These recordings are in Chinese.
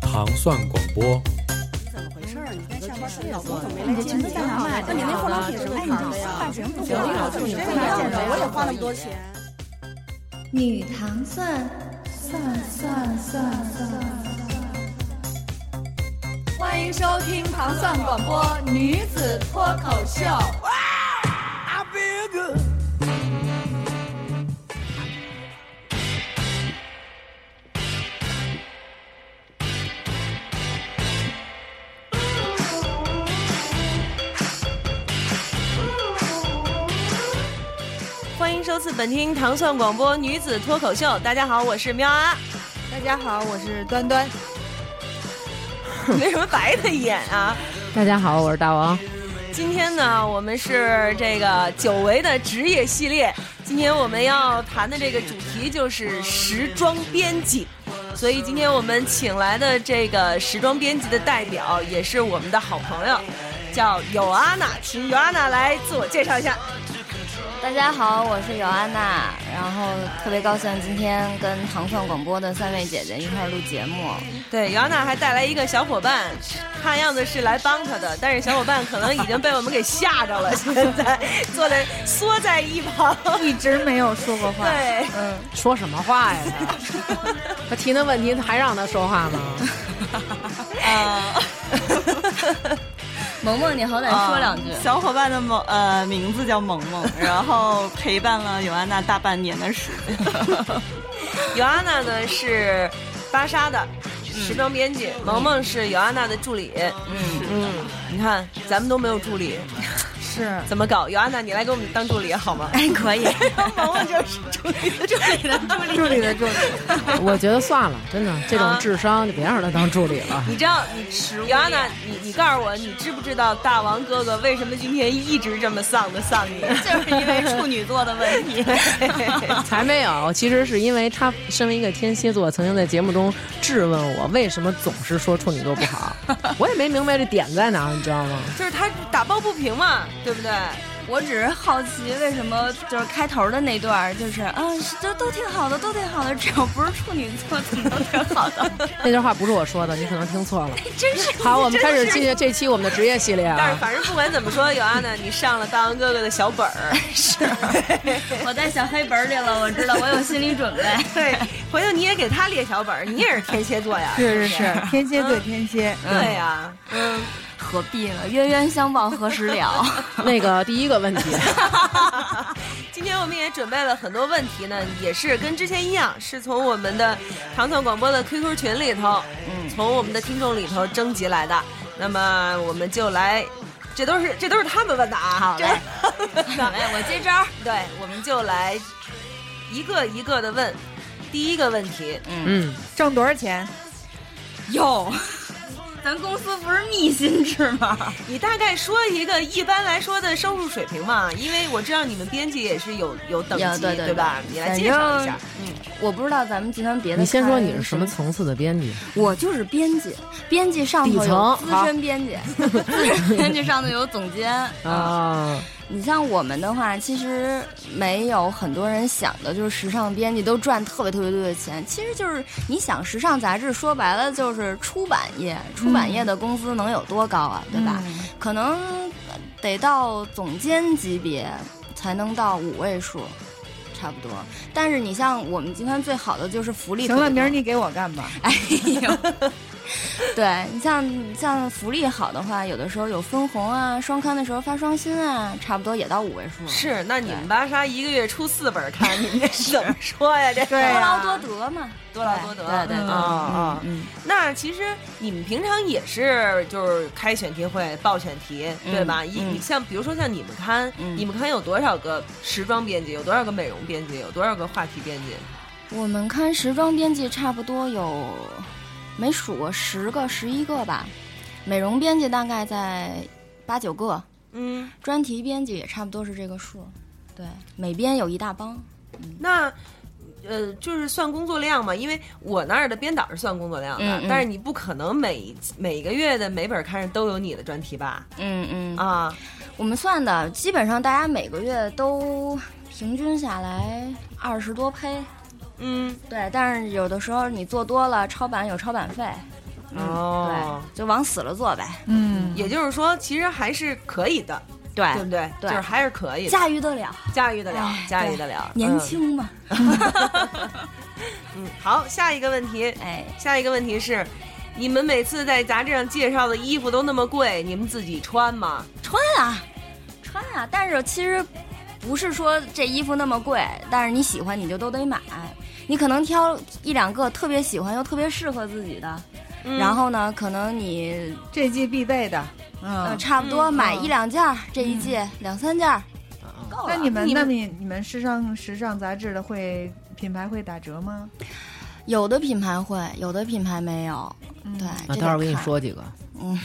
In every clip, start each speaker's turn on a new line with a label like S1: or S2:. S1: 糖蒜广播，
S2: 怎么回事哎儿？你今天上班睡老公怎么没
S3: 你
S2: 来
S3: 这
S2: 接
S3: 裙子
S2: 你
S3: 在哪买的？
S2: 那你那护栏品什么牌儿的呀？
S3: 办什么不
S2: 行，我
S3: 就
S2: 就你
S3: 你
S2: 这
S3: 这
S2: 样
S3: 样
S2: 的，我也花那么多钱。
S4: 女糖蒜，蒜蒜蒜蒜。
S3: 欢迎收听糖蒜广播女子脱口秀。
S5: 欢迎收次本厅糖蒜广播女子脱口秀。大家好，我是喵啊。
S3: 大家好，我是端端。
S5: 为什么白的眼啊？
S6: 大家好，我是大王。
S5: 今天呢，我们是这个久违的职业系列。今天我们要谈的这个主题就是时装编辑。所以今天我们请来的这个时装编辑的代表，也是我们的好朋友，叫尤安娜，请尤安娜来自我介绍一下。
S7: 大家好，我是姚安娜，然后特别高兴今天跟糖蒜广播的三位姐姐一块儿录节目。
S5: 对，姚娜还带来一个小伙伴，看样子是来帮她的，但是小伙伴可能已经被我们给吓着了，现在坐在缩在一旁。
S3: 一直没有说过话。
S5: 对，
S3: 嗯，
S6: 说什么话 呀？他提那问题还让他说话吗？
S5: 啊，
S7: 萌萌，你好歹说两句。
S8: 小伙伴的萌呃名字叫萌 萌，然后陪伴了尤安娜大半年的时 间。
S5: 尤安娜呢是芭莎的时装编辑，萌萌是尤安娜的助理。
S7: 嗯，
S5: 嗯，你看咱们都没有助理，
S3: 是。
S5: 怎么搞？尤安娜，你来给我们当助理好吗？
S7: 哎，可以。
S5: 萌萌就是助理的助理的助理。
S3: 助理的助理，
S6: 我觉得算了，真的，这种智商就别让他当助理了。
S5: 你知道你姚安娜，你你告诉我，你知不知道大王哥哥为什么今天一直这么丧的丧 你？
S8: 就是因为处女座的问 题，
S6: 才没有，其实是因为他身为一个天蝎座，曾经在节目中质问我为什么总是说处女座不好，我也没明白这点在哪儿，你知道吗？
S5: 就是他打抱不平嘛，对不对？
S7: 我只是好奇，为什么就是开头的那段儿，就是嗯，是都都挺好的，都挺好的，只要不是处女座，怎么都挺好的。
S6: 那句话不是我说的，你可能听错了。
S7: 真 是
S6: 好，我们开始进行这期我们的职业系列
S5: 但是
S6: 啊。
S5: 反正不管怎么说，姚安娜，你上了大王哥哥的小本儿。
S7: 是，我在小黑本儿里了，我知道，我有心理准备。
S5: 对，回头你也给他列小本儿，你也是天蝎座呀？
S3: 是是是，天蝎对天蝎，
S5: 对呀，嗯，
S7: 何必呢？冤冤相报何时了？
S6: 那个第一个问题，
S5: 今天我们也准备了很多问题呢，也是跟之前一样，是从我们的糖蒜广播的 QQ 群里头，嗯，从我们的听众里头征集来的。那么我们就来，这都是这都是他们问的啊，
S7: 好嘞
S5: 这都是他们问的，
S7: 哎，我接招儿。
S5: 对，我们就来一个一个的问。第一个问题，
S6: 嗯，
S3: 挣多少钱？
S7: 哟， 咱公司不是密薪制吗？
S5: 你大概说一个一般来说的收入水平嘛？因为我知道你们编辑也是有有等级，
S7: 有对对
S5: 吧？
S7: 对
S5: 你来介绍一下嗯
S7: 反。我不知道咱们集团别的。
S6: 你先说你是什么？层次的编辑？
S7: 我就是编辑，编辑上头
S6: 底
S7: 有
S6: 层
S7: 资
S6: 好
S7: 深编 辑，资深编辑上头有总监啊。
S6: 啊，
S7: 你像我们的话，其实没有很多人想的，就是时尚编辑都赚特别特别多的钱。其实就是你想，时尚杂志说白了就是出版业，出版
S6: 嗯
S7: 业的工资能有多高啊？对吧？可能呃得到总监级别才能到五位数，差不多。但是你像我们集团最好的就是福利特
S3: 行
S7: 别高，
S3: 了，明儿你给我干吧。
S7: 哎呦，对你像像福利好的话，有的时候有分红啊，双刊的时候发双薪啊，差不多也到五位数了。
S5: 是，那你们芭莎一个月出四本刊，你们这是怎么说呀？这
S3: 对
S7: 多劳
S3: 啊
S7: 多得嘛，
S5: 多劳多得，
S7: 对对对，
S5: 啊啊！
S7: 嗯，
S5: 那其实你们平常也是就是开选题会、报选题，对吧？
S7: 嗯
S5: 一、
S7: 嗯
S5: 你像比如说像你们刊，
S7: 嗯
S5: 你们刊有多少个时装编辑，有多少个美容编辑，有多少个话题编辑？
S7: 我们看时装编辑差不多有没数过十个、十一个吧，美容编辑大概在八九个，
S5: 嗯，
S7: 专题编辑也差不多是这个数，对，美编有一大帮。
S5: 那。呃，就是算工作量嘛，因为我那儿的编导是算工作量的，
S7: 嗯嗯
S5: 但是你不可能每每个月的每本刊上都有你的专题吧？
S7: 嗯嗯
S5: 啊，
S7: 我们算的，基本上大家每个月都平均下来二十多胚，
S5: 嗯，
S7: 对。但是有的时候你做多了，超版有超版费，
S5: 哦，
S7: 对，就往死了做呗，
S3: 嗯，
S5: 也就是说，其实还是可以的，
S7: 对
S5: 对不对？
S7: 哎对
S5: 就是还是可以的，
S7: 驾驭得了，
S5: 驾驭得了
S7: 哎，
S5: 驾驭
S7: 对
S5: 得了。
S7: 年
S5: 嗯，
S7: 轻嘛，
S5: 嗯，好，下一个问题，
S7: 哎，
S5: 下一个问题是，你们每次在杂志上介绍的衣服都那么贵，你们自己穿吗？
S7: 穿啊，穿啊，但是其实不是说这衣服那么贵，但是你喜欢你就都得买，你可能挑一两个特别喜欢又特别适合自己的，
S5: 嗯
S7: 然后呢，可能你
S2: 这季必备的，
S7: 呃
S2: 嗯，
S7: 差不多买一两件儿，这一季两三件儿够
S2: 那
S7: 了。
S2: 你们，
S5: 你
S2: 那
S5: 们
S2: 你你们时尚时尚杂志的会品牌会打折吗？
S7: 有的品牌会，有的品牌没有，对，
S6: 那
S7: 这
S6: 待会儿
S7: 得
S6: 我给你
S7: 看
S6: 说几个。
S7: 嗯，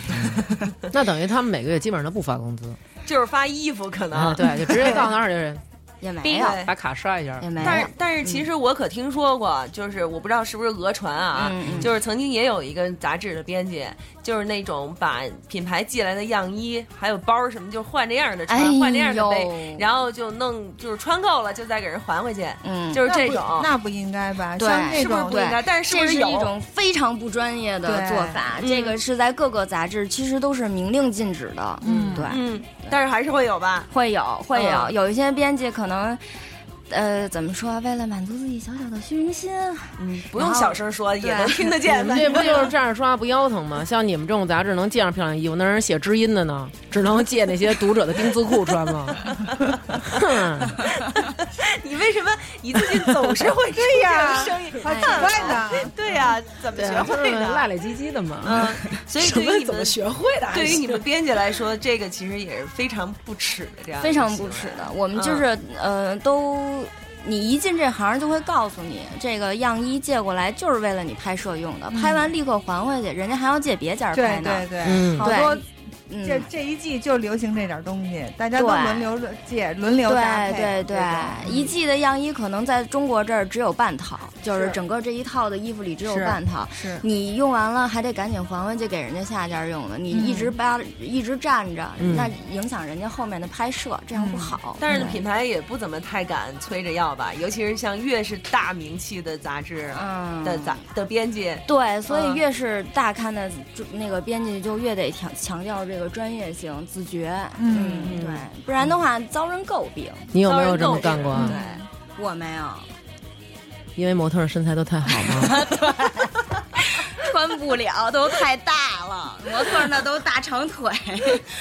S6: 那等于他们每个月基本上都不发工资
S5: 就是发衣服可能。
S6: 啊，对，就直接到那儿就是
S7: 也没
S5: 对
S7: 有，
S6: 把卡刷一下
S7: 也。没
S5: 但是
S7: 有，
S5: 但是其实我可听说过，就是我不知道是不是讹传啊，
S7: 嗯嗯
S5: 就是曾经也有一个杂志的编辑，就是那种把品牌寄来的样衣还有包儿什么，就换这样的穿，
S7: 哎呦
S5: 换这样的背，然后就弄就是穿够了就再给人还回去，
S7: 嗯，
S5: 就是这种，
S2: 那不那不应该吧？
S7: 对
S2: 像这
S5: 是不是
S2: 种
S5: 不应该？但是是不
S7: 这是
S5: 有？
S7: 一种非常不专业的
S2: 对
S7: 做法，
S5: 嗯
S7: 这个是在各个杂志其实都是明令禁止的。
S2: 嗯
S7: 对，
S5: 嗯，但是还是会有吧。
S7: 会有会有、
S5: 嗯
S7: 有一些编辑可能，呃，怎么说？为了满足自己小小的虚荣心，
S5: 嗯，不用小声说，也能听得见。
S7: 嗯
S6: 你们这不就是站着说话不腰疼吗？像你们这种杂志能借上漂亮衣服，那人写知音的呢，只能借那些读者的丁字裤穿吗？ 哼，
S5: 你为什么你最近总是会出这样的声音？
S2: 好奇怪呢。
S5: 对呀，怎么
S6: 对
S5: 学
S6: 啊，就是
S5: 会
S6: 赖赖
S5: 的？
S6: 唧唧的嘛。
S5: 嗯，所以对于你们
S6: 会的啊
S5: 对于你 们编辑来说，这个其实也是非常不耻的，
S2: 啊
S5: 这样
S7: 非常不耻的。我们就是、
S2: 嗯
S7: 呃，都你一进这行就会告诉你，这个样衣借过来就是为了你拍摄用的，拍完立刻还回去，人家还要借别家拍
S2: 嗯对
S7: 呢。
S2: 对对，
S6: 嗯
S2: 好
S7: 对
S2: 多
S7: 嗯，
S2: 这这一季就流行这点东西，大家都
S7: 对
S2: 轮流借，轮流搭配
S7: 对对对
S2: 这种，嗯
S7: 一季的样衣可能在中国这儿只有半套，就是
S2: 是
S7: 整个这一套的衣服里只有
S2: 是
S7: 半套。
S2: 是
S7: 你用完了还得赶紧还回去给人家下家用的，你
S2: 嗯
S7: 一直扒、一直站着，
S6: 嗯
S7: 那影响人家后面的拍摄，这样
S2: 嗯
S7: 不好。
S5: 但是
S7: 对
S5: 品牌也不怎么太敢催着要吧，尤其是像越是大名气的杂志
S7: 嗯
S5: 的杂的编辑，
S7: 对，所以
S5: 嗯
S7: 越是大刊的就那个编辑就越得强强调这个专业性、自觉，
S2: 嗯
S7: 嗯，对，不然的话遭人诟病。
S6: 你有没有这么干过？啊？
S7: 对，
S5: 嗯
S7: 我没有，
S6: 因为模特儿身材都太好 吗？
S7: 穿不了，都太大了。模特儿那都大长腿，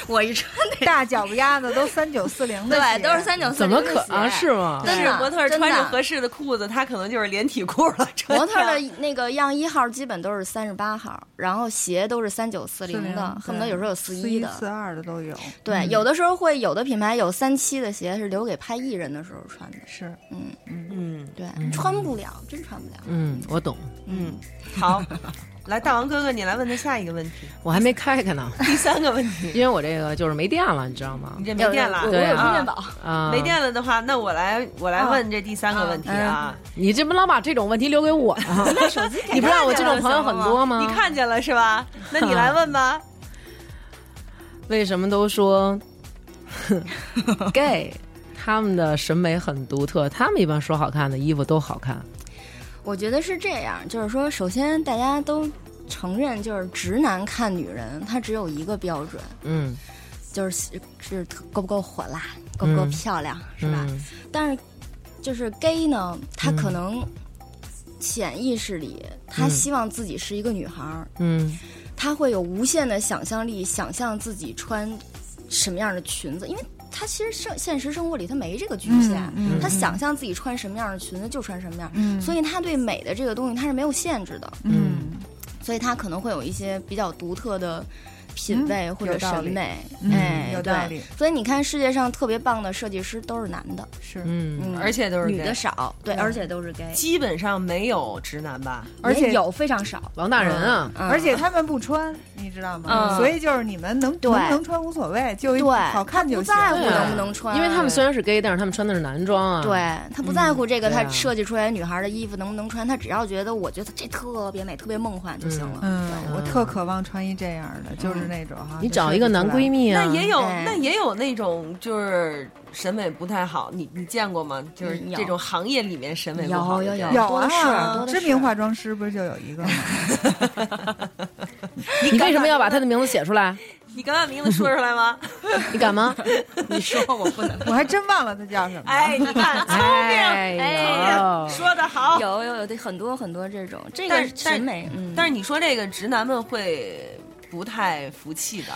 S7: 我一穿得
S2: 大脚丫子都三九四零的
S7: 对，
S2: 鞋
S7: 都是三九四
S6: 怎么可啊？是吗？
S7: 真的，
S5: 模特儿穿着嗯合
S7: 适。
S5: 适的裤子，他可能就是连体裤了。穿
S7: 模特儿
S5: 上
S7: 的那个样一号基本都是三十八号，然后鞋都是三九四零的，
S2: 40
S7: 恨不得有时候有四
S2: 四
S7: 一
S2: 一
S7: 的。
S2: 四二的都有，
S7: 对，有的时候会有的品牌有三七的鞋是留给拍艺人的时候穿的，
S2: 是
S7: 嗯，
S5: 嗯
S7: 对，穿不了，真穿不了。
S6: 嗯，我懂，
S5: 嗯，好，来大王哥哥，你来问他下一个问题，
S6: 我还没开开呢，
S5: 第三个问题，
S6: 因为我这个就是没电了，你知道吗
S5: 你？这没电了，
S7: 有有我哦有
S6: 对啊
S7: 充电宝，
S6: 啊，
S5: 没。电了的话，那我来我来问这第三个问题
S7: 嗯
S5: 啊，
S6: 你这不老把这种问题留给我啊？ 你不知道我这种朋友很多吗？
S5: 你看见了是吧？那你来 问吧。
S6: 为什么都说 gay？他们的审美很独特，他们一般说好看的衣服都好看。
S7: 我觉得是这样，就是说，首先大家都承认，就是直男看女人，他只有一个标准，
S6: 嗯，
S7: 就是是够不够火辣，够不够
S6: 嗯
S7: 漂亮，是吧？
S6: 嗯
S7: 但是就是 gay 呢，他
S6: 嗯
S7: 可能潜意识里，他
S6: 嗯
S7: 希望自己是一个女孩儿，
S6: 嗯
S7: 他会有无限的想象力，想象自己穿什么样的裙子，因为他其实生现实生活里他没这个局限，
S2: 嗯
S7: 啊他想象自己穿什么样的裙子就穿什么样。
S2: 嗯
S7: 所以他对美的这个东西他是没有限制的，
S6: 嗯
S7: 所以他可能会有一些比较独特的品味或者
S2: 有道
S7: 审
S2: 理
S7: 美，
S2: 嗯
S7: 哎，
S2: 有
S7: 对
S2: 道理。
S7: 所以你看，世界上特别棒的设计师都是男的，
S2: 是，
S6: 嗯，
S7: 嗯，
S5: 而且都是
S7: 女
S5: gay
S7: 的少，对，而且都是 gay，
S5: 基本上没有直男吧？
S2: 而且
S7: 也有非常少，
S6: 王大人啊，
S7: 嗯
S2: 而且他们不穿，你知道吗？
S5: 嗯
S2: 所以就是你们能
S7: 对
S2: 能不能穿无所谓，就一
S7: 对
S2: 好看就
S7: 不
S2: 行。
S7: 在乎
S6: 对啊
S7: 能不能穿，
S6: 因为他们虽然是 gay，但是他们穿的是男装啊。
S7: 嗯对他不在乎这个，
S6: 对啊
S7: 他设计出来女孩的衣服能不能穿，他只要觉得我觉得这特别美、特别梦幻就行了。
S2: 嗯，我特渴望穿一这样
S7: 嗯
S2: 的，就是那种哈。
S6: 你找一个男闺，蜜啊，
S5: 那也有，
S7: 哎
S5: 那也有那种就是审美不太好，你你见过吗？就是
S7: 嗯有
S5: 这种行业里面审美不好
S7: 有
S5: 的 这
S7: 有有
S5: 样
S2: 有
S7: 多的是
S2: 啊
S7: 多，的
S2: 知
S7: 是
S2: 名化妆师不是就有一个吗？
S6: 你为什么要把他的名字写出来？
S5: 你敢把名字说出来吗？
S6: 你敢吗？
S8: 你说我不 能。
S2: 我啊还真忘了他叫什么。
S5: 哎，你看，聪明，
S6: 哎呦，
S5: 说的好。
S7: 有有有的很多很多这种，这
S5: 但
S7: 个
S5: 是
S7: 审哦美，嗯，
S5: 但是你说这个直男们会不太服气的，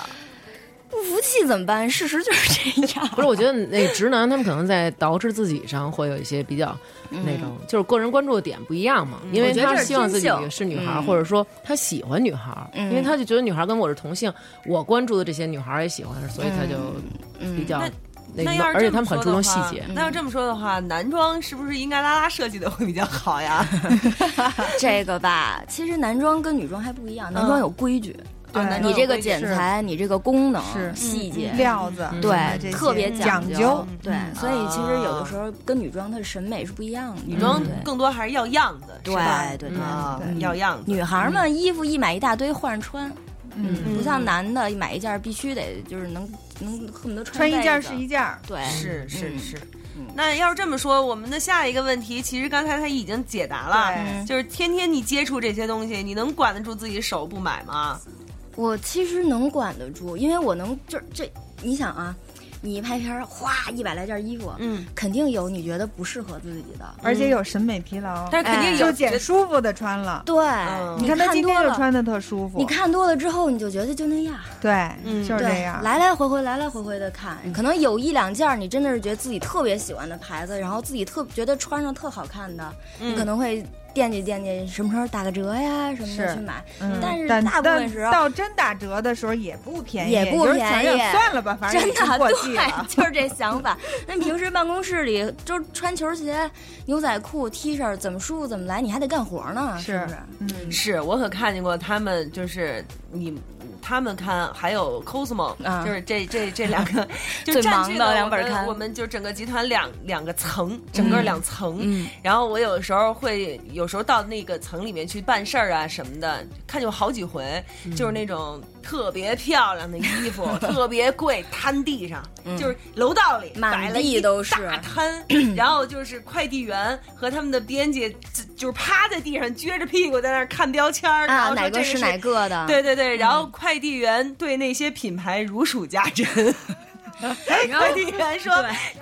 S7: 不服气怎么办？事实就是这 样。
S6: 不是，我觉得那直男他们可能在捯饬自己上会有一些比较那种，就是个人关注的点不一样嘛，因为
S7: 嗯我觉得
S6: 他
S7: 这是
S6: 希望自己
S7: 天性
S6: 是女孩，
S7: 嗯
S6: 或者说他喜欢女孩，
S7: 嗯
S6: 因为他就觉得女孩跟我是同性，我关注的这些女孩也喜欢，所以他就比较
S5: 嗯
S6: 那
S5: 那
S6: 个，
S5: 要是
S6: 而且
S5: 这
S6: 他
S5: 么
S6: 们很
S5: 说
S6: 注
S5: 的
S6: 重细
S5: 话
S6: 节。
S5: 那要这么说的话，男装是不是应该拉拉设计的会比较好呀？
S2: 嗯
S7: 这个吧，其实男装跟女装还不一样，男装有规矩，
S2: 对
S5: 男装
S7: 你
S5: 有
S7: 这个
S5: 规矩
S7: 剪
S2: 是
S7: 裁，嗯你这个功能
S2: 是嗯
S7: 细节。
S2: 料子，
S7: 对，
S2: 这些
S7: 特别
S2: 讲
S7: 究
S2: 究，嗯哦
S7: 对，所以其实有的时候跟女装她的审美是不一样的。
S5: 女装
S7: 对
S5: 更多还是要样子，是
S7: 对
S5: 吧？
S7: 对对
S5: 啊
S2: 对，
S5: 要样子。
S7: 女孩儿们衣服一买一大堆换着穿，
S2: 嗯，
S7: 不像男的一买一件儿必须得就是能能恨不得
S2: 穿
S7: 一
S2: 一
S7: 辈
S2: 件
S7: 子
S2: 是一件儿，
S7: 对，
S5: 是是
S7: 嗯
S5: 是
S7: 嗯。
S5: 那要是这么说，我们的下一个问题，其实刚才他已经解答了，
S7: 嗯
S2: 对
S5: 就是天天你接触这些东西，你能管得住自己手不买吗？
S7: 我其实能管得住，因为我能就是这，你想啊，你一拍片儿，哗一百来件衣服，
S5: 嗯，
S7: 肯定有你觉得不适合自己的，
S2: 而且有审美疲
S7: 哎
S2: 劳，
S5: 但是肯定有
S2: 就捡舒服的穿了。
S7: 对，
S5: 嗯
S2: 你看他今
S7: 多
S2: 天就
S7: 了
S2: 穿的特舒服，
S7: 你看多了之后，你就觉得就那样，
S2: 对，就是这
S7: 对，
S2: 样。嗯
S7: 来来回回，来来回回的看，可能有一两件儿你真的是觉得自己特别喜欢的牌子，然后自己特觉得穿上特好看的，
S2: 嗯
S5: 嗯
S7: 你可能会惦记惦记什么时候打个折呀什么的
S2: 是
S7: 去买，
S2: 嗯
S7: 但是
S2: 但
S7: 大部分时候
S2: 到真打折的时候也不便宜，
S7: 也不
S2: 就是
S7: 便
S2: 想想
S7: 宜
S2: 算了吧，反正
S7: 真
S2: 已
S7: 的
S2: 经过季
S7: 对，
S2: 了。
S7: 就是这想法。那你平时办公室里就是穿球鞋、牛仔裤、T 恤，怎么舒服怎么来，你还得干活呢，是不是？
S2: 嗯，
S5: 是我可看见过他们，就是你。他们看还有 Cosmo，、
S7: 啊
S5: 就是这这这两 个，就
S7: 最
S5: 占
S7: 忙
S5: 据
S7: 的
S5: 了
S7: 两
S5: 我
S7: 本
S5: 们
S7: 刊
S5: 我们就整个集团两两个层，整个两层。
S7: 嗯
S5: 然后我有时候会，有时候到那个层里面去办事儿啊什么的，看见过好几回，
S7: 嗯
S5: 就是那种特别漂亮的衣 服，特别贵，摊地上，就是楼道里
S7: 嗯满
S5: 摆了
S7: 地
S5: 一
S7: 都是
S5: 大摊，然后就是快递员和他们的编辑就就是趴在地上撅着屁股在那儿看标签儿，然
S7: 啊，
S5: 后说
S7: 哪个嗯
S5: 这
S7: 是
S5: 是
S7: 哪。个的？
S5: 对对对，然后快递员对那些品牌如数家珍。快递员说：“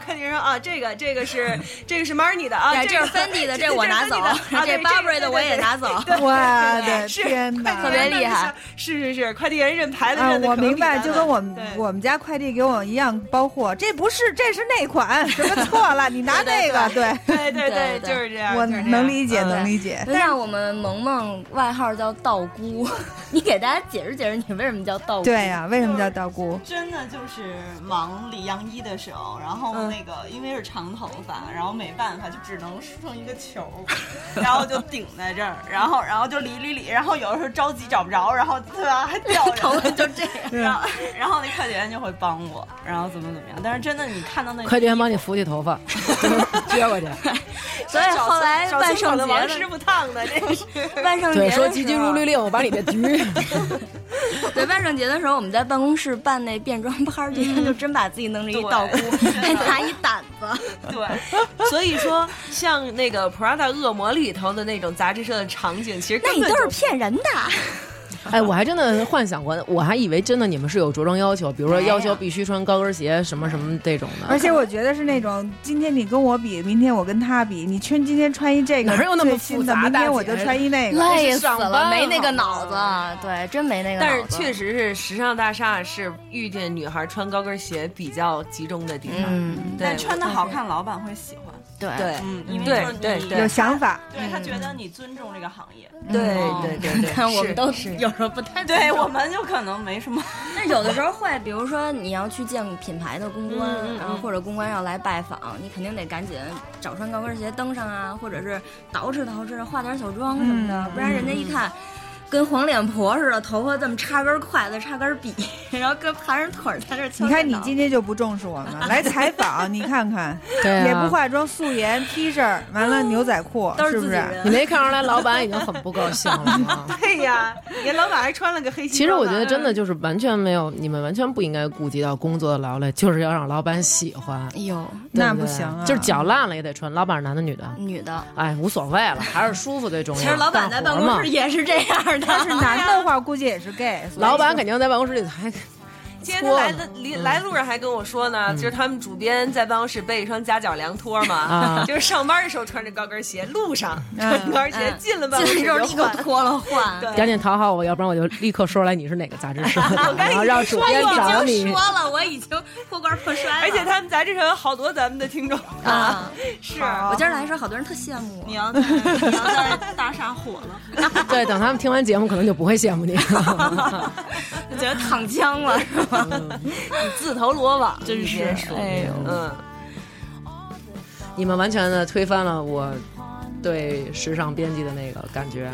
S5: 快递员说啊，这个这个是这个是 Marni 的啊，
S7: 对
S5: 这个
S7: 这是 Fendi 的
S5: 这
S7: 这我拿 走
S5: 啊这
S7: 这 Burberry 的我也拿 走
S2: 我
S5: 对
S2: 的
S5: 是
S2: 天哪，
S7: 特别 厉害！
S5: 啊是是是，快递员认牌子
S2: 啊，
S5: 认的
S2: 我明白，就跟我们
S5: 对
S2: 我们家快递给我一样包货，这不是，这是那款，什么错了？你拿那个，对，
S5: 对对
S7: 对对
S5: 就是这样，
S2: 我
S5: 就是这样
S2: 能理解，
S5: 嗯
S2: 能理解。
S7: 就像我们萌萌外号叫道姑， 你给大家解释解释，你为什么叫道姑？
S2: 对呀，为什么叫道姑？
S8: 真的就是忙李阳一的时候，然后那个、因为是长头发，然后没办法就只能梳成一个球，然后就顶在这儿，然后然后就理理理，然后有的时候着急找不着，然后对吧还掉头发就这样，然后然后那快递员就会帮我，然后怎么怎么样，但是真的你看到那
S6: 快递员帮你扶起头发， 撅过去。
S7: 所以后来
S5: 找
S7: 万
S5: 清
S7: 圣
S5: 楚的
S7: 节
S5: 王师
S7: 的
S5: 傅烫的，这个是
S7: 万圣 节
S6: 对，
S7: 的时候
S6: 说急急如律令，我把你的驴。
S7: 对，万圣节的时候，我们在办公室办那变装 party，他
S5: 嗯
S7: 就真把自己弄成一道姑， 还拿一掸 子。
S5: 对。所以说，像那个 Prada 恶魔里头的那种杂志社的场景，其实
S7: 那
S5: 根
S7: 你
S5: 本
S7: 都是
S5: 就
S7: 骗人的，
S6: 哎，我还真的幻想过，我还以为真的你们是有着装要求，比如说要求必须穿高跟鞋什么什么这种的。
S2: 而且我觉得是那种，今天你跟我比，明天我跟他比，你穿今天穿一这个
S6: 哪有那么
S2: 最新
S6: 复
S2: 的，
S6: 杂
S2: 明
S6: 大
S2: 天我
S6: 姐
S2: 就穿 一那个。
S7: 累
S6: 是
S7: 死
S6: 上班
S7: 了，没那个脑
S6: 好吗
S7: 子，对，真没那个脑
S5: 但
S7: 子
S5: 是。确实是时尚大厦是遇见女孩穿高跟鞋比较集中的地方。
S7: 嗯，
S5: 对
S8: 但穿的好看，老板会喜欢。
S7: 对
S5: 对
S8: 嗯，因为
S5: 对
S8: 就是你
S5: 对对嗯
S2: 有想法，
S8: 对他觉得你尊重这个行业，
S5: 对对对对，
S7: 哦 看我们
S5: 是
S7: 都
S5: 是
S7: 有时候不太
S8: 对我们就可能没什么。
S7: 但有的时候会，比如说你要去见品牌的公关，然后或者公关要来拜访，你肯定得赶紧找双高跟鞋登上啊，或者是捯饬捯饬，化点小妆什么的，不然人家一看。跟黄脸婆似的，头发这么插根筷子，插根笔，然后跟盘着腿儿在这敲。
S2: 你看你今，天就不重视我 们，来采访，你看看，
S6: 对啊
S2: 也不化妆，素颜 T 恤儿，完了牛仔裤，
S7: 都是
S2: 是
S7: 自
S2: 不
S7: 己
S2: 是？
S7: 人
S6: 你没看出来老板已经很不高兴了吗？
S5: 对呀，人老板还穿了个黑西
S6: 其实
S5: 装
S6: 我
S5: 呢
S6: 觉得真的就是完全没有，你们完全不应该顾及到工作的劳累，就是要让老板喜欢。
S7: 哎呦，
S6: 对
S2: 那
S6: 对
S2: 不行啊
S6: 就是脚烂了也得穿。老板是男的女的？哎
S7: 女的，
S6: 哎，无所谓了，还是舒服最重要。
S7: 其实老板在办公室也是这样，
S5: 着
S2: 他
S5: 呢。
S2: 是男的话，估计也是 gay 所以说。
S6: 老板肯定在办公室里哎还
S5: 今天他来的离来路上还跟我说呢，就是他们主编在办公室备一双夹脚凉拖嘛
S6: 啊，
S5: 就是上班的时候穿着高跟鞋，路上穿着高跟鞋进了办公室
S7: 嗯进来之后
S5: 就
S7: 立刻
S5: 换
S7: 脱了换。
S5: 对
S6: 赶紧讨好我，要不然我就立刻说出来你是哪个杂志社的，然后让主
S7: 我
S6: 编找
S7: 已经
S6: 你
S7: 说。了，我已经破罐破摔了。
S5: 而且他们杂志上有好多咱们的听众
S7: 啊，
S5: 是
S6: 哦
S7: 我今儿来的时候，好多人特羡慕
S8: 你
S7: 我。
S8: 要在你要在大厦火了，
S6: 对，等他们听完节目，可能就不会羡慕你了。
S7: 就觉得躺枪了，是吧？
S5: 自投罗网，
S7: 真是
S5: 你这属于
S7: 哎呦
S5: 嗯，
S6: 你们完全的推翻了我对时尚编辑的那个感 觉。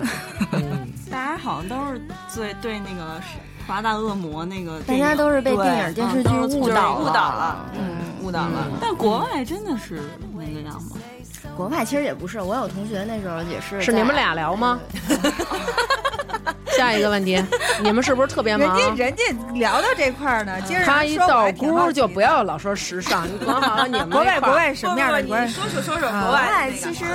S6: 嗯，
S8: 大家好像都是最对那个华大恶魔那个
S7: 大
S8: 电影，
S7: 家都是被
S8: 对
S7: 电影电视剧
S8: 嗯都是
S7: 误导
S5: 误
S7: 了
S5: 导了，
S7: 嗯
S5: 误导了。
S8: 但国外真的是那个样吗？
S7: 国外其实也不是，我有同学那时候也是在。
S6: 是你们俩聊 吗？下一个问题，你们是不是特别
S2: 人
S6: 忙？嗯
S2: 家人家聊到这块儿呢，接着
S6: 他一
S2: 说我
S6: 道
S2: 还挺好
S6: 箍
S2: 奇
S6: 就
S2: 的
S6: 不要老说时尚，你管好了你们
S2: 国
S6: 那
S2: 外
S6: 块儿
S2: 国外什么样的
S5: 不不
S2: 国
S5: 不
S2: 外
S5: 你？说说说说
S2: 啊
S5: 国
S7: 国
S5: 外
S7: 外
S5: 的那个
S7: 其实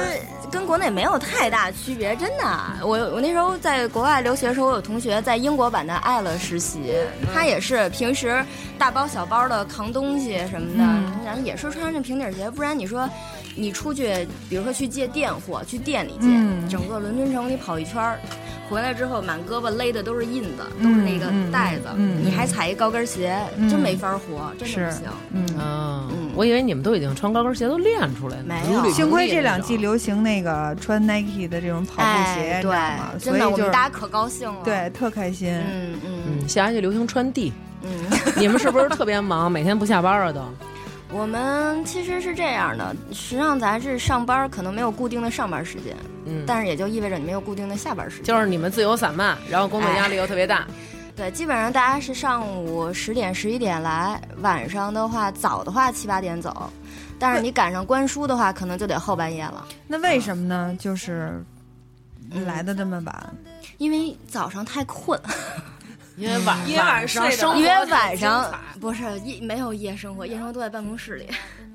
S7: 跟国内没有太大区别，真的。我我那时候在国外留学的时候，我有同学在英国版的爱乐实习，
S2: 嗯
S7: 他也是平时大包小包的扛东西什么的，
S2: 嗯
S7: 然后也是穿着平底鞋，不然你说你出去，比如说去借电货，去店里借，
S2: 嗯
S7: 整个伦敦城里跑一圈儿。回来之后，满胳膊勒的都是印子，都是那个
S2: 嗯嗯
S7: 带子，
S2: 嗯嗯
S7: 你还踩一高跟鞋，
S2: 嗯
S7: 真没法活，真的
S2: 是
S7: 不行。
S2: 嗯，
S6: 嗯，我以为你们都已经穿高跟鞋都练出来了，
S7: 没有
S6: 如履平地
S2: 幸亏这
S6: 那
S2: 两
S6: 种
S2: 季流行那个穿 Nike 的这种跑步鞋，
S7: 哎，
S2: 你知道吗
S7: 对，？
S2: 所
S7: 真的，我
S2: 以就
S7: 们
S2: 是
S7: 大家可高兴了。
S2: 对特开心。
S7: 嗯嗯
S6: 嗯，下一季流行穿地，
S7: 嗯，
S6: 你们是不是特别忙， 每天不下班了都？
S7: 我们其实是这样的，时尚杂志上班可能没有固定的上班时间，
S6: 嗯，
S7: 但是也就意味着你没有固定的下班时间。
S6: 就是你们自由散漫，然后工作压力又特别大，
S7: 对，基本上大家是上午十点十一点来，晚上的话早的话七八点走，但是你赶上关书的话，可能就得后半夜了，
S2: 那为什么呢？就是
S7: 嗯
S2: 来的这么晚，
S7: 因为早上太困，
S6: 因为晚
S5: 因为晚上睡得
S6: 生活
S7: 因为
S6: 就
S7: 晚
S6: 很精彩
S7: 上不是夜没有夜生活，夜生活都在办公室里。
S6: 嗯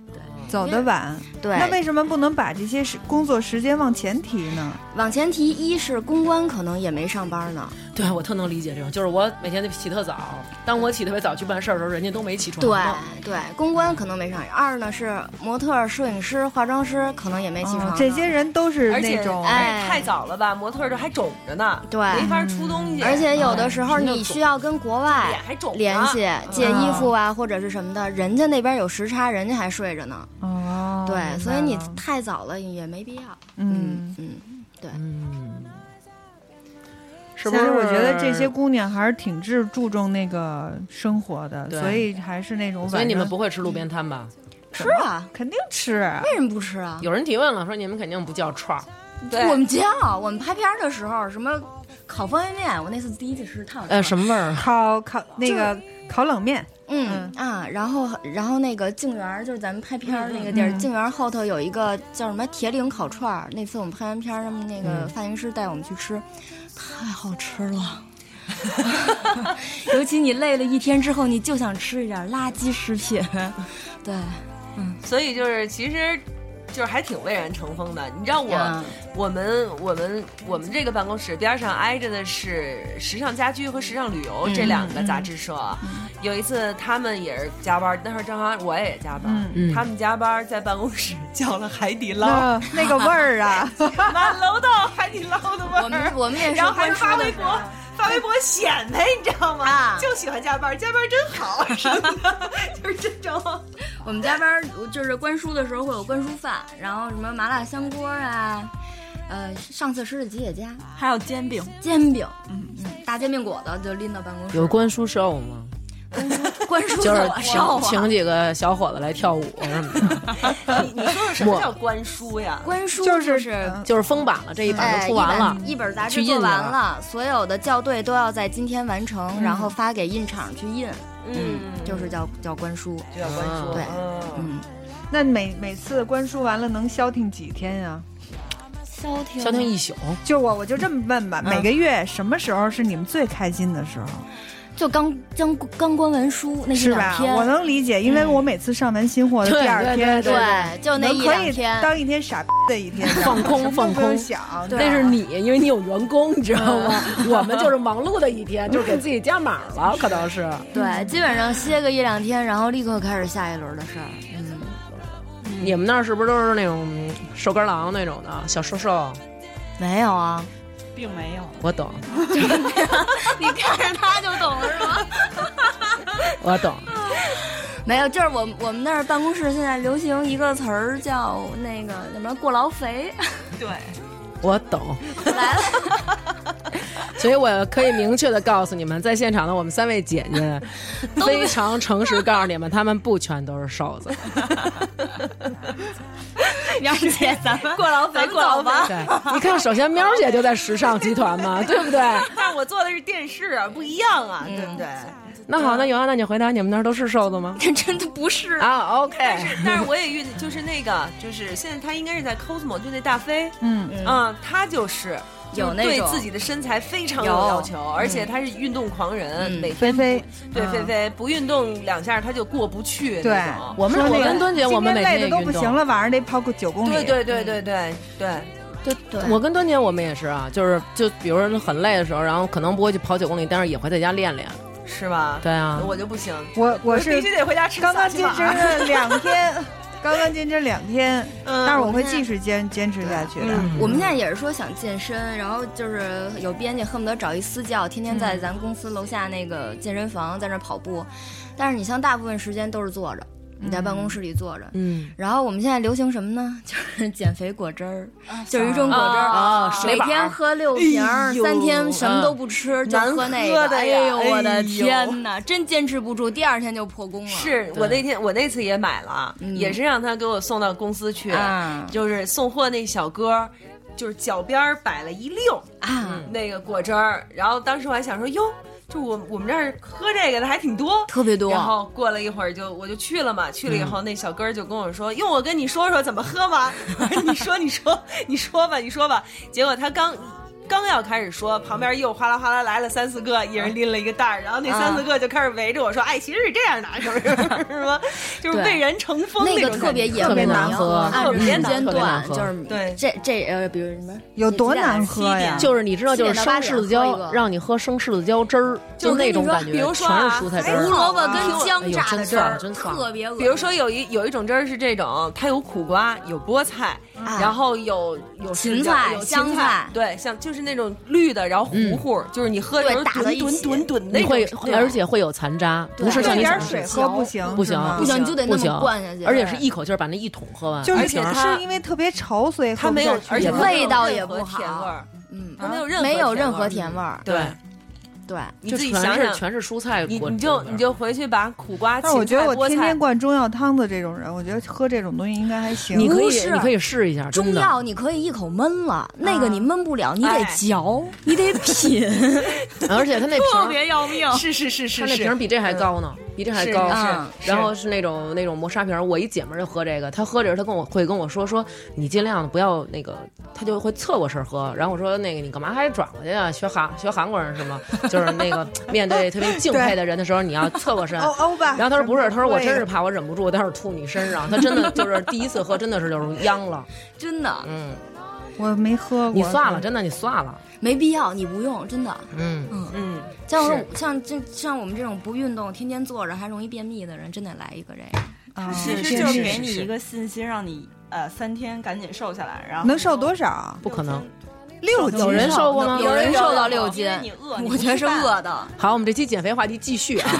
S2: 走得晚。
S7: 对，
S2: 那为什么不能把这些时工作时间往前提呢？
S7: 往前提，一是公关可能也没上班呢，
S6: 对我特能理解这种，就是我每天得起特早，当我起特别早去办事儿的时候，人家都没起床。
S7: 对对，公关可能没上。二呢是模特儿、摄影师、化妆师可能也没起床呢、
S2: 哦这些人都是
S5: 而且
S2: 那种
S6: 哎
S5: 而且太早了吧，模特儿这还肿着呢，
S7: 哎对
S5: 没法出东西，啊
S7: 而且有的时候
S6: 嗯
S7: 你需要跟国外
S5: 脸还肿啊呢
S7: 联系借衣服啊，或者是什么的，人家那边有时差，人家还睡着呢。
S2: 哦，明白
S7: 对，所以你
S2: 了
S7: 太早了也没必要。
S2: 嗯。
S7: 嗯，对，
S6: 嗯，是
S2: 其
S6: 不是？
S2: 实我觉得这些，姑娘还是挺注注重那个生活的，
S6: 对
S2: 所以还是那种晚上。
S6: 所以你们不会吃路边摊吧？
S7: 吃啊，
S2: 肯定 吃，
S7: 为什么不吃啊？
S6: 有人提问了，说你们肯定不叫串儿，
S5: 对
S7: 我们叫我们拍片儿的时候什么。烤方便面，我那次第一次吃烫手。
S6: 呃，什么味儿？
S2: 烤烤那个烤冷面，
S7: 嗯啊，然后然后那个静园儿就是咱们拍片
S5: 嗯
S7: 儿那个地儿，静园儿后头有一个叫什么铁岭烤串儿。那次我们拍完片儿，他们那
S5: 嗯
S7: 个发型师带我们去吃，太好吃 了。尤其你累了一天之后，你就想吃一点垃圾食 品。对，
S5: 所以就是其实。就是还挺蔚然成风的，你知道我
S7: 呀
S5: 我们我们我们这个办公室边上挨着的是《时尚家居》和《时尚旅
S7: 嗯
S5: 游》这两个杂志社。有一次他们也是加班，那会儿正好我也加班，
S6: 嗯嗯
S5: 他们加班在办公室叫了海底捞，
S2: 那那个味 儿啊，
S5: 满楼都有海底捞的味儿。
S7: 嗯 我们我们也是
S5: 然后还
S7: 会
S5: 是
S7: 说
S5: 发
S7: 的
S5: 微
S7: 是
S5: 博，发微博显摆，哎你知道吗？
S7: 啊
S5: 就喜欢加班，加班真好，是的，就是这种。
S7: 我们加班儿就是关书的时候会有关书饭，然后什么麻辣香锅啊，呃，上次吃的吉野家
S8: 还有煎饼，
S7: 煎饼，嗯嗯，大煎饼果子就拎到办公 室。
S6: 有关叔瘦吗？
S7: 关叔
S6: 就是
S7: 怎么
S6: 请
S7: 瘦啊？
S6: 请几个小伙子来跳舞什么的，
S5: 你你说说什么叫官书呀？
S7: 关叔呃
S2: 就是是嗯
S6: 就是封版了，这一版
S7: 哎，
S6: 都
S7: 一
S6: 出完了
S7: 本。一本杂
S6: 去
S7: 志
S6: 印
S7: 做
S6: 去
S7: 完
S6: 了
S7: 了，所有的校对都要在今天完成，然后发给印厂去印，
S5: 嗯，
S7: 就是叫叫关书。
S5: 就叫官书。
S7: 对
S5: 嗯，
S7: 嗯，
S2: 那每每次关书完了能消停几天呀、
S7: 消停
S6: 消停一宿，
S7: 嗯
S2: 就我我就这么问吧，每个月什么时候是你们最开心的时候？
S7: 就刚刚刚关完书那一
S2: 是
S7: 两
S2: 吧？
S7: 天，
S2: 我能理解，因为我每次上完新货的
S6: 对
S2: 第二天，
S6: 对
S7: 对，就那
S2: 能
S7: 一
S2: 可
S7: 两
S2: 以
S7: 天，
S2: 当一天傻逼的一天，
S6: 放空
S2: 什么都
S6: 放
S2: 不用
S6: 空
S2: 想，
S7: 对嗯
S6: 那是你，因为你有员工，你知道吗？我们就是忙碌的一天，就是给自己加码了，可能是。
S7: 对，基本上歇个一两天，然后立刻开始下一轮的事儿。嗯，
S6: 你们那儿是不是都是那种瘦干郎那种的小瘦瘦？
S7: 没有啊，
S8: 并没 有。
S6: 我懂，
S7: 你看着他就懂了是吗？
S6: 我懂。
S7: 没有，就是我们我们那儿办公室现在流行一个词儿叫那个叫什么过劳肥
S8: 对，
S6: 我懂，
S7: 来 了。
S6: 所以我可以明确的告诉你们，在现场的我们三位姐姐，非常诚实告诉你们，她们不全都是瘦子。
S7: 苗姐，咱 们过劳肥过劳吧。
S6: 对， 你看，首先喵姐就在时尚集团嘛，对不对？
S5: 但是我做的是电视啊，不一样啊，对
S7: 嗯
S5: 不对？
S6: 那好，那有啊，那你回答，你们那儿都是瘦子吗？
S7: 这 真的不是，
S6: 啊，OK，
S5: 但是但是我也遇，就是那个，就是现在他应该是在 Cosmo，就那大飞，
S2: 嗯
S5: 嗯，他就是。
S7: 有那
S5: 对
S7: 种
S5: 自己的身材非常
S7: 有
S5: 有要求，而且他是运动狂人，每
S2: 菲
S5: 天
S2: 菲，
S5: 对
S2: 嗯
S5: 菲菲不运动两下他就过不去
S2: 对
S5: 那种。
S6: 我们
S2: 说
S6: 我
S2: 那
S6: 跟
S2: 个
S6: 敦姐，
S2: 今
S6: 我们每
S2: 天累的
S6: 天
S2: 都
S6: 也
S2: 不
S6: 运动
S2: 行。了，晚上得跑个九公里。
S5: 对对对对对对，
S7: 对对
S6: 我跟敦姐，我们也是啊，就是就比如说很累的时候，然后可能不会去跑九公里，但是也会在家练练。
S5: 是吧？
S6: 对啊
S5: 我就不行，
S2: 我我
S5: 必
S2: 是
S5: 须得回家吃
S2: 刚刚
S5: 萨琪
S2: 进
S5: 玛
S2: 针的 两天，刚刚进针两天，
S5: 嗯
S2: 但是我
S7: 我
S2: 会
S7: 看嗯
S2: 继续坚坚持下去的。
S7: 我们现在也是说想健身，然后就是有编辑恨不得找一私教，天天在咱公司楼下那个健身房在那儿跑步。但是你像大部分时间都是坐着，你在办公室里坐着。
S6: 嗯，
S7: 然后我们现在流行什么呢？ 就是减肥果汁儿，就是一种果汁儿，
S6: 啊，
S7: 每
S6: 水板
S7: 天
S6: 儿
S7: 喝六瓶儿，
S6: 哎呦
S7: 三天什么都不吃，就喝那
S5: 难
S7: 个。
S5: 喝的
S7: 哎
S5: 呀
S7: 呦，我
S5: 哎
S7: 的
S5: 呦
S7: 天哪，真坚持不住，第二天就破功了。
S5: 是我那天我那次也买了，也是让他给我送到公司去，
S7: 啊
S5: 就是送货那小哥儿，就是脚边儿摆了一溜
S7: 啊，
S5: 那个果汁儿，然后当时我还想说哟，就我我们这儿喝这个的还挺多。
S7: 特别多。嗯
S5: 然后过了一会儿就我就去了嘛，去了以后那小哥儿就跟我说，用我跟你说说怎么喝 吗？我说你说你说你说吧你说吧。结果他刚刚要开始说，旁边又哗啦哗啦来了三四个，一人拎了一个袋儿，然后那
S7: 啊
S5: 三四个就开始围着我说，哎，其实是这样的，是不是？ 是吗？就是
S7: 对
S5: 为人成风
S7: 那
S5: 种
S7: 个特别
S5: 感觉
S7: 也
S6: 特别难喝
S7: 按照
S5: 特别
S7: 啊时
S5: 难
S7: 间
S6: 喝
S7: 段，就
S6: 特别
S7: 是
S5: 对
S7: 这这呃，比如什么
S2: 有多
S7: 几点
S2: 难喝呀
S5: 啊
S8: 点？
S6: 就是你知道，就是生柿子
S7: 七点到八点喝一
S6: 椒，
S7: 个
S6: 让你喝生柿子椒汁儿，就那种感觉，
S5: 比如说啊
S6: 全是蔬菜汁
S5: 哎
S7: 胡
S6: 儿。
S7: 萝卜跟姜
S6: 哎
S7: 榨
S6: 呦真
S7: 的汁儿，
S6: 爽真爽
S7: 特别恶心。
S5: 比如说有一有一种汁儿是这种，它有苦瓜，有菠菜，
S7: 啊
S6: 啊
S5: 然后有有
S7: 芹
S5: 有
S7: 菜
S5: 有芹
S7: 香菜
S5: 对，像就是那种绿的，然后糊糊，就是你喝的时候
S7: 对打在
S5: 滚
S7: 一
S5: 滚
S7: 起
S5: 滚滚那
S6: 嗯你
S5: 种
S6: 会，
S5: 对
S6: 而且会有残渣，不是
S2: 兑
S6: 像你
S2: 点
S6: 想
S2: 水
S6: 的
S2: 喝不行，
S6: 不行
S2: 是吗
S7: 不行，你就得
S6: 不
S7: 那
S6: 行
S7: 么灌下去，
S6: 而且是一口气儿把那一桶喝完，
S2: 就是
S5: 而且
S2: 是
S5: 它
S2: 是因为特别潮，所以
S5: 它
S2: 喝不
S5: 没有
S2: 下，去
S5: 而且它
S2: 了
S5: 没有
S7: 味道
S5: 任
S7: 也
S5: 何
S7: 不好
S5: 甜味儿，
S7: 嗯，
S5: 它没有任何
S7: 没有
S5: 甜
S7: 任
S5: 味
S7: 何
S5: 儿
S7: 甜味儿，
S5: 对，
S7: 对，
S5: 你
S6: 就
S5: 自己
S6: 全
S5: 想
S6: 是
S5: 想，
S6: 全是蔬菜果
S5: 你
S6: 汁儿。
S5: 你就你就回去把苦瓜、
S2: 但是我
S5: 芹
S2: 觉得
S5: 菜、
S2: 我
S5: 菠
S2: 天天
S5: 菜。
S2: 灌中药汤的这种人，我觉得喝这种东西应该还 行。
S6: 你可以
S7: 不是
S6: 你可以试一下，
S7: 中
S6: 真的。
S7: 药你可以一口闷了，那个你闷不了，你得
S5: 哎
S7: 嚼，你得品，
S6: 而且它那瓶儿，
S7: 要命。
S5: 是是是
S6: 它
S5: 是
S6: 那瓶儿
S5: 是，
S6: 比这还高呢，比这还
S5: 是
S6: 高。
S7: 嗯
S5: 是
S6: 然后是那种那种磨砂瓶儿，我一姐们儿就喝这个，她喝着她跟我会跟我说说你尽量不要那个，她就会侧过身儿喝。然后我说那个你干嘛还转过去啊？学韩学韩国人是吗？就是那个面对特别敬佩的人的时候，你要侧过身。
S2: 欧欧吧。
S6: 然后她说不是，她说我真是
S2: 对
S6: 怕我忍不住，待会儿吐你身上。她真的就是第一次喝，真的是就是殃了。
S7: 真的
S6: 嗯，
S2: 我嗯没喝过。
S6: 你算了，真的你算了。
S7: 没必要，你不用，真的。
S6: 嗯，
S5: 嗯，
S7: 像我像这像我们这种不运动、天天坐着还容易便秘的人，真得来一个这个。
S2: 啊
S8: 其实就是给你一个信息，让你呃三天赶紧瘦下来，然后
S2: 能瘦多少？
S6: 不可能。
S2: 六斤
S6: 有人瘦过吗？
S7: 有人瘦到六
S8: 因
S7: 斤
S8: 为你饿，你
S7: 我觉得是
S8: 不吃饭
S7: 饿的。
S6: 好，我们这期减肥话题继续啊。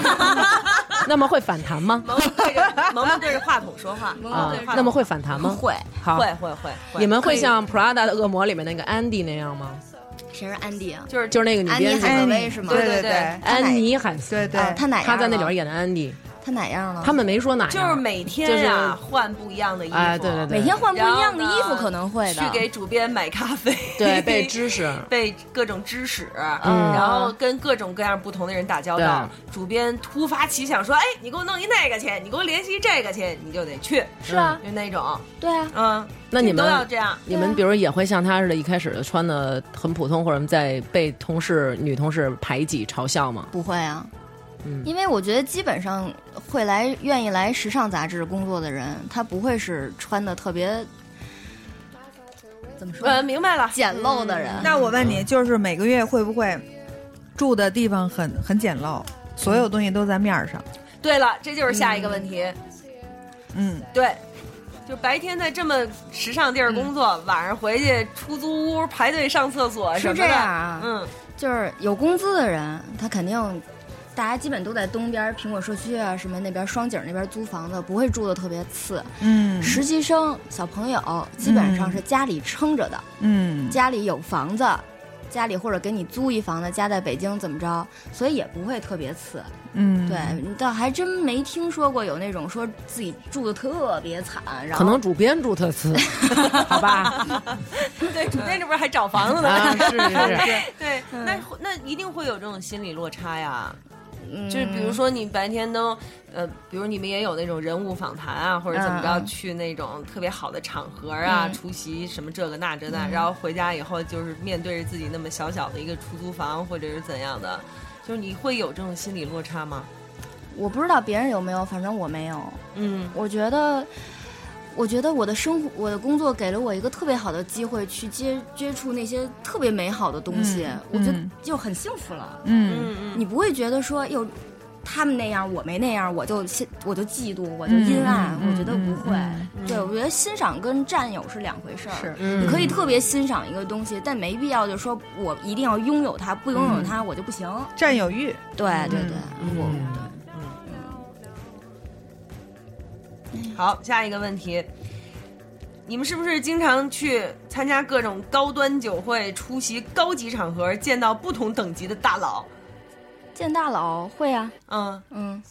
S6: 那么会反弹吗？
S5: 萌萌对着萌萌对着话筒说话， 萌萌
S6: 啊
S5: 对着，话筒
S6: 那么会反弹吗？
S7: 会，
S6: 好，
S5: 会会会会，
S6: 你们会像 Prada 的恶魔里面那个 Andy 那样吗？
S7: 谁是安迪啊？
S5: 就是
S6: 就是那个女
S7: 安妮
S6: 编辑
S7: 海
S2: 哎
S7: 瑟
S2: 你
S7: 薇是吗？
S2: 对
S5: 对
S2: 对
S5: 对
S2: 对
S6: 安妮海瑟
S2: 对
S6: 薇，
S2: 对
S7: 啊，，他哪样了？
S6: 她在那里边演的 Andy，
S7: 他哪样啊了？
S6: 他们没说哪样，
S5: 就是每天呀换不一样的衣服，
S6: 哎，对对对，
S7: 每天换不一样的
S5: 然后
S7: 衣
S5: 呢
S7: 服，可能会的。
S5: 去给主编买咖啡，
S6: 对被知 识，
S5: 被各种知识，
S6: 嗯
S5: 然后跟各种各样不同的人打交道。主编突发奇想说：“哎，你给我弄一那个去，你给我联系这个去，你就得去。”嗯
S7: 是啊，
S5: 就那种，
S7: 对啊，
S5: 嗯，
S6: 那你
S5: 就
S6: 们
S5: 都要这样。
S6: 你们比如也会像他似的，一开始穿的很普通，或者在被同事女同事排挤嘲笑吗？
S7: 不会啊，
S6: 嗯
S7: 因为我觉得基本上会来愿意来时尚杂志工作的人，他不会是穿的特别怎么说
S5: 呃，明白了，
S7: 嗯
S5: 嗯
S7: 简陋的人。
S2: 那我问你，就是每个月会不会住的地方很很简陋，所有东西都在面儿上？
S7: 嗯
S5: 对了，这就是下一个问题。
S2: 嗯，
S5: 对，就白天在这么时尚地儿工作，
S7: 嗯
S5: 晚上回去出租屋排队上厕所什
S7: 是
S5: 么
S7: 这
S5: 的。
S7: 样啊，
S5: 嗯，
S7: 就是有工资的人，他肯定，大家基本都在东边苹果社区啊，什么那边双井那边租房子，不会住的特别次。
S2: 嗯
S7: 实习生、小朋友基本上是家里撑着的，
S2: 嗯，
S7: 家里有房子，家里或者给你租一房子，家在北京怎么着，所以也不会特别次。
S2: 嗯，
S7: 对，你倒还真没听说过有那种说自己住的特别惨，然
S6: 可
S7: 后
S6: 能主编注册 词，好吧？
S5: 对，主
S7: 嗯
S5: 编这不是还找房子呢？
S6: 啊，是是是，
S5: 对，那那一定会有这种心理落差呀。
S7: 嗯
S5: 就是比如说你白天都，呃，比如你们也有那种人物访谈啊，或者怎么着，
S7: 嗯嗯
S5: 去那种特别好的场合啊，
S7: 嗯
S5: 出席什么这个那这那，然后回家以后就是面对着自己那么小小的一个出租房或者是怎样的，就是你会有这种心理落差吗？
S7: 我不知道别人有没有，反正我没有。
S5: 嗯，
S7: 我觉得，我觉得我的生活，我的工作给了我一个特别好的机会去接接触那些特别美好的东西，
S2: 嗯
S7: 我觉得
S2: 嗯
S7: 就很幸福了。
S2: 嗯
S5: 嗯
S7: 你不会觉得说哟，他们那样我没那样，我就羡我就嫉妒，我就阴暗，
S2: 嗯嗯
S7: 我觉得
S2: 嗯
S7: 不会。
S2: 嗯
S7: 对，我觉得欣赏跟占有是两回事儿。
S2: 是。
S6: 嗯
S7: 你可以特别欣赏一个东西，但没必要就说我一定要拥有它，不拥有它我就不行。
S2: 占有欲，
S7: 对对对，
S6: 嗯
S7: 我
S5: 好，下一个问题，你们是不是经常去参加各种高端酒会，出席高级场合，见到不同等级的大佬？
S7: 见大佬会啊，
S5: 嗯，
S7: 嗯，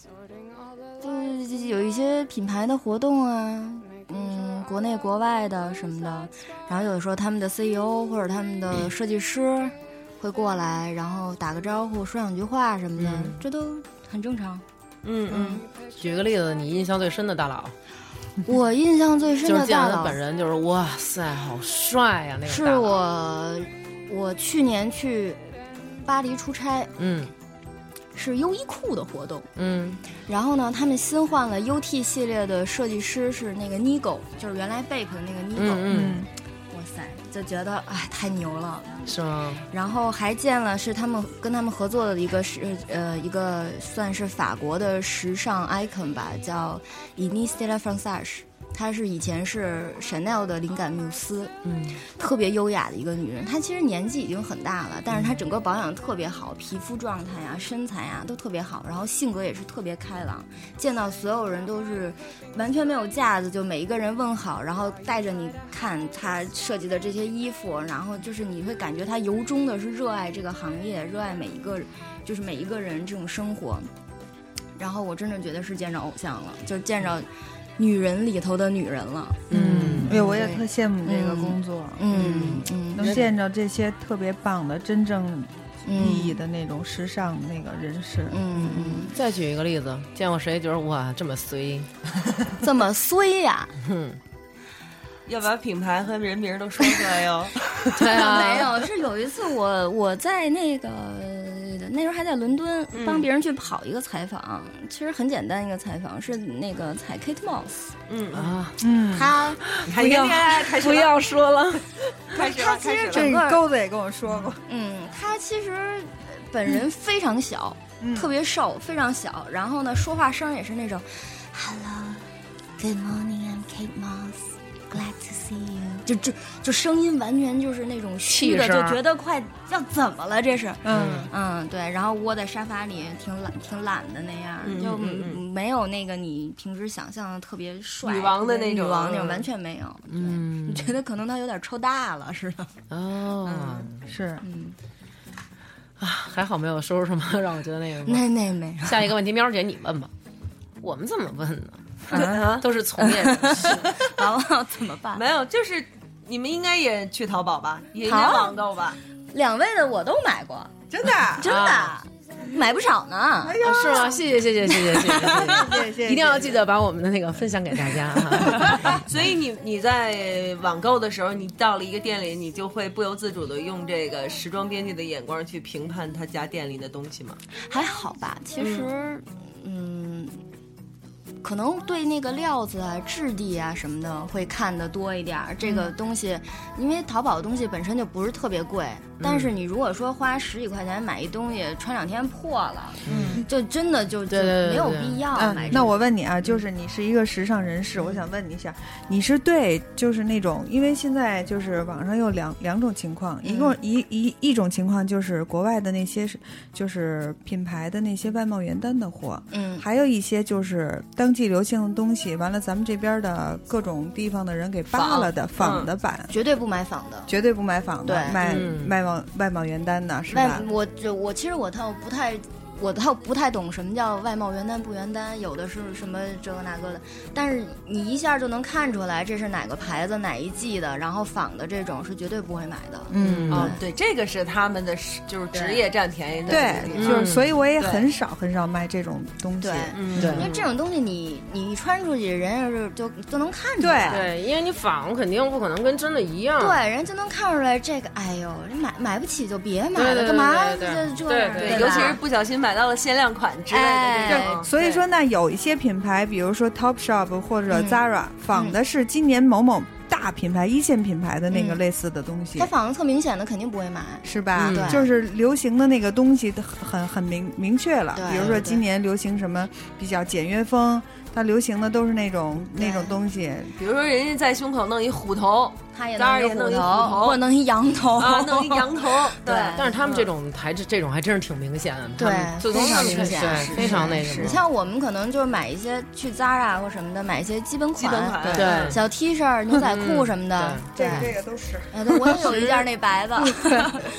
S7: 就是有一些品牌的活动啊，嗯，国内国外的什么的，然后有的时候他们的 CEO 或者他们的设计师会过来，然后打个招呼，说两句话什么的，
S6: 嗯
S7: 这都很正常。
S5: 嗯嗯，
S6: 举个例子，你印象最深的大佬，
S7: 嗯我印象最深
S6: 就是
S7: 的
S6: 见
S7: 大
S6: 到他
S7: 佬
S6: 本人，就是哇塞，好帅呀、那个大
S7: 是
S6: 佬，
S7: 我，我去年去巴黎出差，
S6: 嗯
S7: 是优衣库的活动。
S6: 嗯
S7: 然后呢，他们新换了 UT 系列的设计师是那个 Nigo，就是原来 Bape 的那个 Nigo。
S6: 嗯
S7: 哇塞，就觉得哎太牛了。
S6: 嗯，是吗？
S7: 然后还见了是他们跟他们合作的一个是呃一个算是法国的时尚 icon 吧，叫 Ines de la Francage。她是以前是 Chanel 的灵感缪斯，
S6: 嗯，
S7: 特别优雅的一个女人。她其实年纪已经很大了，但是她整个保养特别好，皮肤状态呀、身材呀都特别好，然后性格也是特别开朗。见到所有人都是完全没有架子，就每一个人问好，然后带着你看他设计的这些衣服，然后就是你会感觉他由衷的是热爱这个行业，热爱每一个，就是每一个人这种生活。然后我真的觉得是见着偶像了，就是见着女人里头的女人了。
S2: 嗯，哎呦，我也
S7: 对
S2: 特羡慕这个
S7: 嗯
S2: 工作，
S7: 嗯嗯
S2: 能见着这些特别棒的、真正意义的那种时尚那个人士，
S7: 嗯嗯，
S6: 再举一个例子，见过谁觉得哇这么 随？
S7: 这么衰呀、
S5: 要把品牌和人名都说出来 哟。
S6: 对啊，
S7: 呃没有，是有一次我我在那个那时候还在伦敦帮别人去跑一个采访，其实很简单一个采访，是那个采 Kate Moss，
S5: 嗯，
S6: 啊，
S2: 嗯，
S7: 她
S5: 谈一个恋爱哎开始了，
S6: 说了，
S5: 开始了，开始了。
S2: 这
S7: 整个
S2: 钩子也跟我说过，
S7: 嗯，她其实呃本人非常小，
S2: 嗯
S7: 特别瘦，非常小，然后呢说话声也是那种 Hello，Good morning，I'm Kate Moss。Glad to see you，就就就声音完全就是那种虚的，
S6: 气
S7: 就
S6: 声
S7: 觉得快要怎么了这是？
S2: 嗯
S7: 嗯，对，然后窝在沙发里，挺懒，挺懒的那样，
S5: 嗯
S7: 就
S5: 嗯嗯
S7: 没有那个你平时想象的特别帅
S5: 女王的
S7: 特别
S5: 那种
S7: 女王那
S5: 嗯
S7: 种，完全没有。
S6: 嗯
S7: 你觉得可能他有点抽大了似的。
S6: 哦，
S2: 是，
S7: 嗯，
S6: 还好没有说出什么让我觉得那个。
S7: 那那没有。
S6: 下一个问题，喵儿姐你问吧，我们怎么问呢？
S2: 啊
S6: 都是从 业人士，
S7: 完了怎么办？
S5: 没有，就是你们应该也去淘宝吧，也应该
S7: 淘
S5: 网购吧。
S7: 两位的我都买过，
S2: 真的，
S7: 真的。
S6: 啊
S7: 买不少呢。
S6: 啊是吗？谢谢谢谢谢谢谢谢谢谢，一定要记得把我们的那个分享给大家 啊！
S5: 所以你你在网购的时候，你到了一个店里，你就会不由自主的用这个时装编辑的眼光去评判他家店里的东西吗？
S7: 还好吧，其实，嗯，可能对那个料子啊、质地啊什么的会看的多一点儿。这
S6: 嗯
S7: 个东西，因为淘宝的东西本身就不是特别贵，但
S6: 嗯
S7: 是你如果说花十几块钱买一东西，穿两天破了，嗯，就真的就就
S6: 对对对
S7: 没有
S6: 对哎
S7: 必要
S2: 嗯
S7: 买这个。，
S2: 那我问你啊，就是你是一个时尚人士，我想问你一下，你是对就是那种，因为现在就是网上有两两种情况，一共一一一种情况就是国外的那些是就是品牌的那些外贸原单的货，
S7: 嗯，
S2: 还有一些就是当季流行的东西，完了咱们这边的各种地方的人给扒拉的
S5: 仿
S2: 仿的版，
S7: 绝对不买仿的。
S2: 绝对不买仿的，
S7: 嗯对
S2: 卖
S6: 嗯
S2: 卖网外贸原单的是
S7: 外
S2: 吧？嗯
S7: 我就我其实我倒不太，我倒不太懂什么叫外贸原单不原单，有的是什么这个那个的，但是你一下就能看出来这是哪个牌子哪一季的，然后仿的这种是绝对不会买的。
S2: 嗯
S7: 哦
S5: 啊，对，这个是他们的是就是职业占便宜的
S2: 对
S5: 地，
S2: 就
S5: 方。
S2: 是所以我也
S5: 对
S2: 很少很少卖这种东西
S7: 对。
S5: 嗯，
S6: 对
S7: 因为这种东西你你一穿出去，人家是就就能看出
S2: 对
S7: 来。
S5: 啊
S6: 对，因为你仿肯定不可能跟真的一样，
S7: 对，人家就能看出来这个，哎呦，这买买不起就别买
S6: 对
S7: 了，
S6: 对
S7: 干嘛
S6: 对对
S7: 这这
S6: 对
S7: 玩意儿
S6: 对
S5: 对，
S7: 吧
S5: 尤其是不小心买到了限量款之类的这
S7: 哎
S5: 种，
S2: 所以说呢，有一些品牌，比如说 Topshop 或者
S7: 嗯
S2: Zara，、仿的是今年某某大品牌、一线品牌的那个
S7: 嗯
S2: 类似的东西，
S7: 它仿的特明显的，肯定不会买。
S2: 是吧？
S6: 嗯
S7: 对
S2: 就是流行的那个东西很很很明明确了
S7: 对。
S2: 比如说今年流行什么比较简约风，它流行的都是那种
S7: 对
S2: 那种东西。
S5: 比如说人家在胸口弄一虎头
S7: 它也
S5: 当
S7: 能
S5: 然
S7: 一
S5: 也
S7: 虎
S5: 弄一
S7: 头，
S5: 虎头
S7: 或者弄一羊头，
S5: 啊，弄 一羊头，对，
S6: 但是他们这种还是这种还真是挺明显的，
S7: 嗯对
S6: 他们，
S7: 非
S6: 就从
S7: 常
S6: 他们
S7: 明显，
S6: 对
S7: 是
S6: 非常那
S7: 是
S6: 什
S7: 你
S6: 么，
S7: 像我们可能就是买一些去 Zara 啊或什么的，买一些基本款，
S5: 基本款
S7: 对
S6: 对
S7: 小 T 恤儿、牛仔裤什么的。
S6: 对
S7: 对，
S2: 个都是。
S7: 哎，对我也有一件那白的。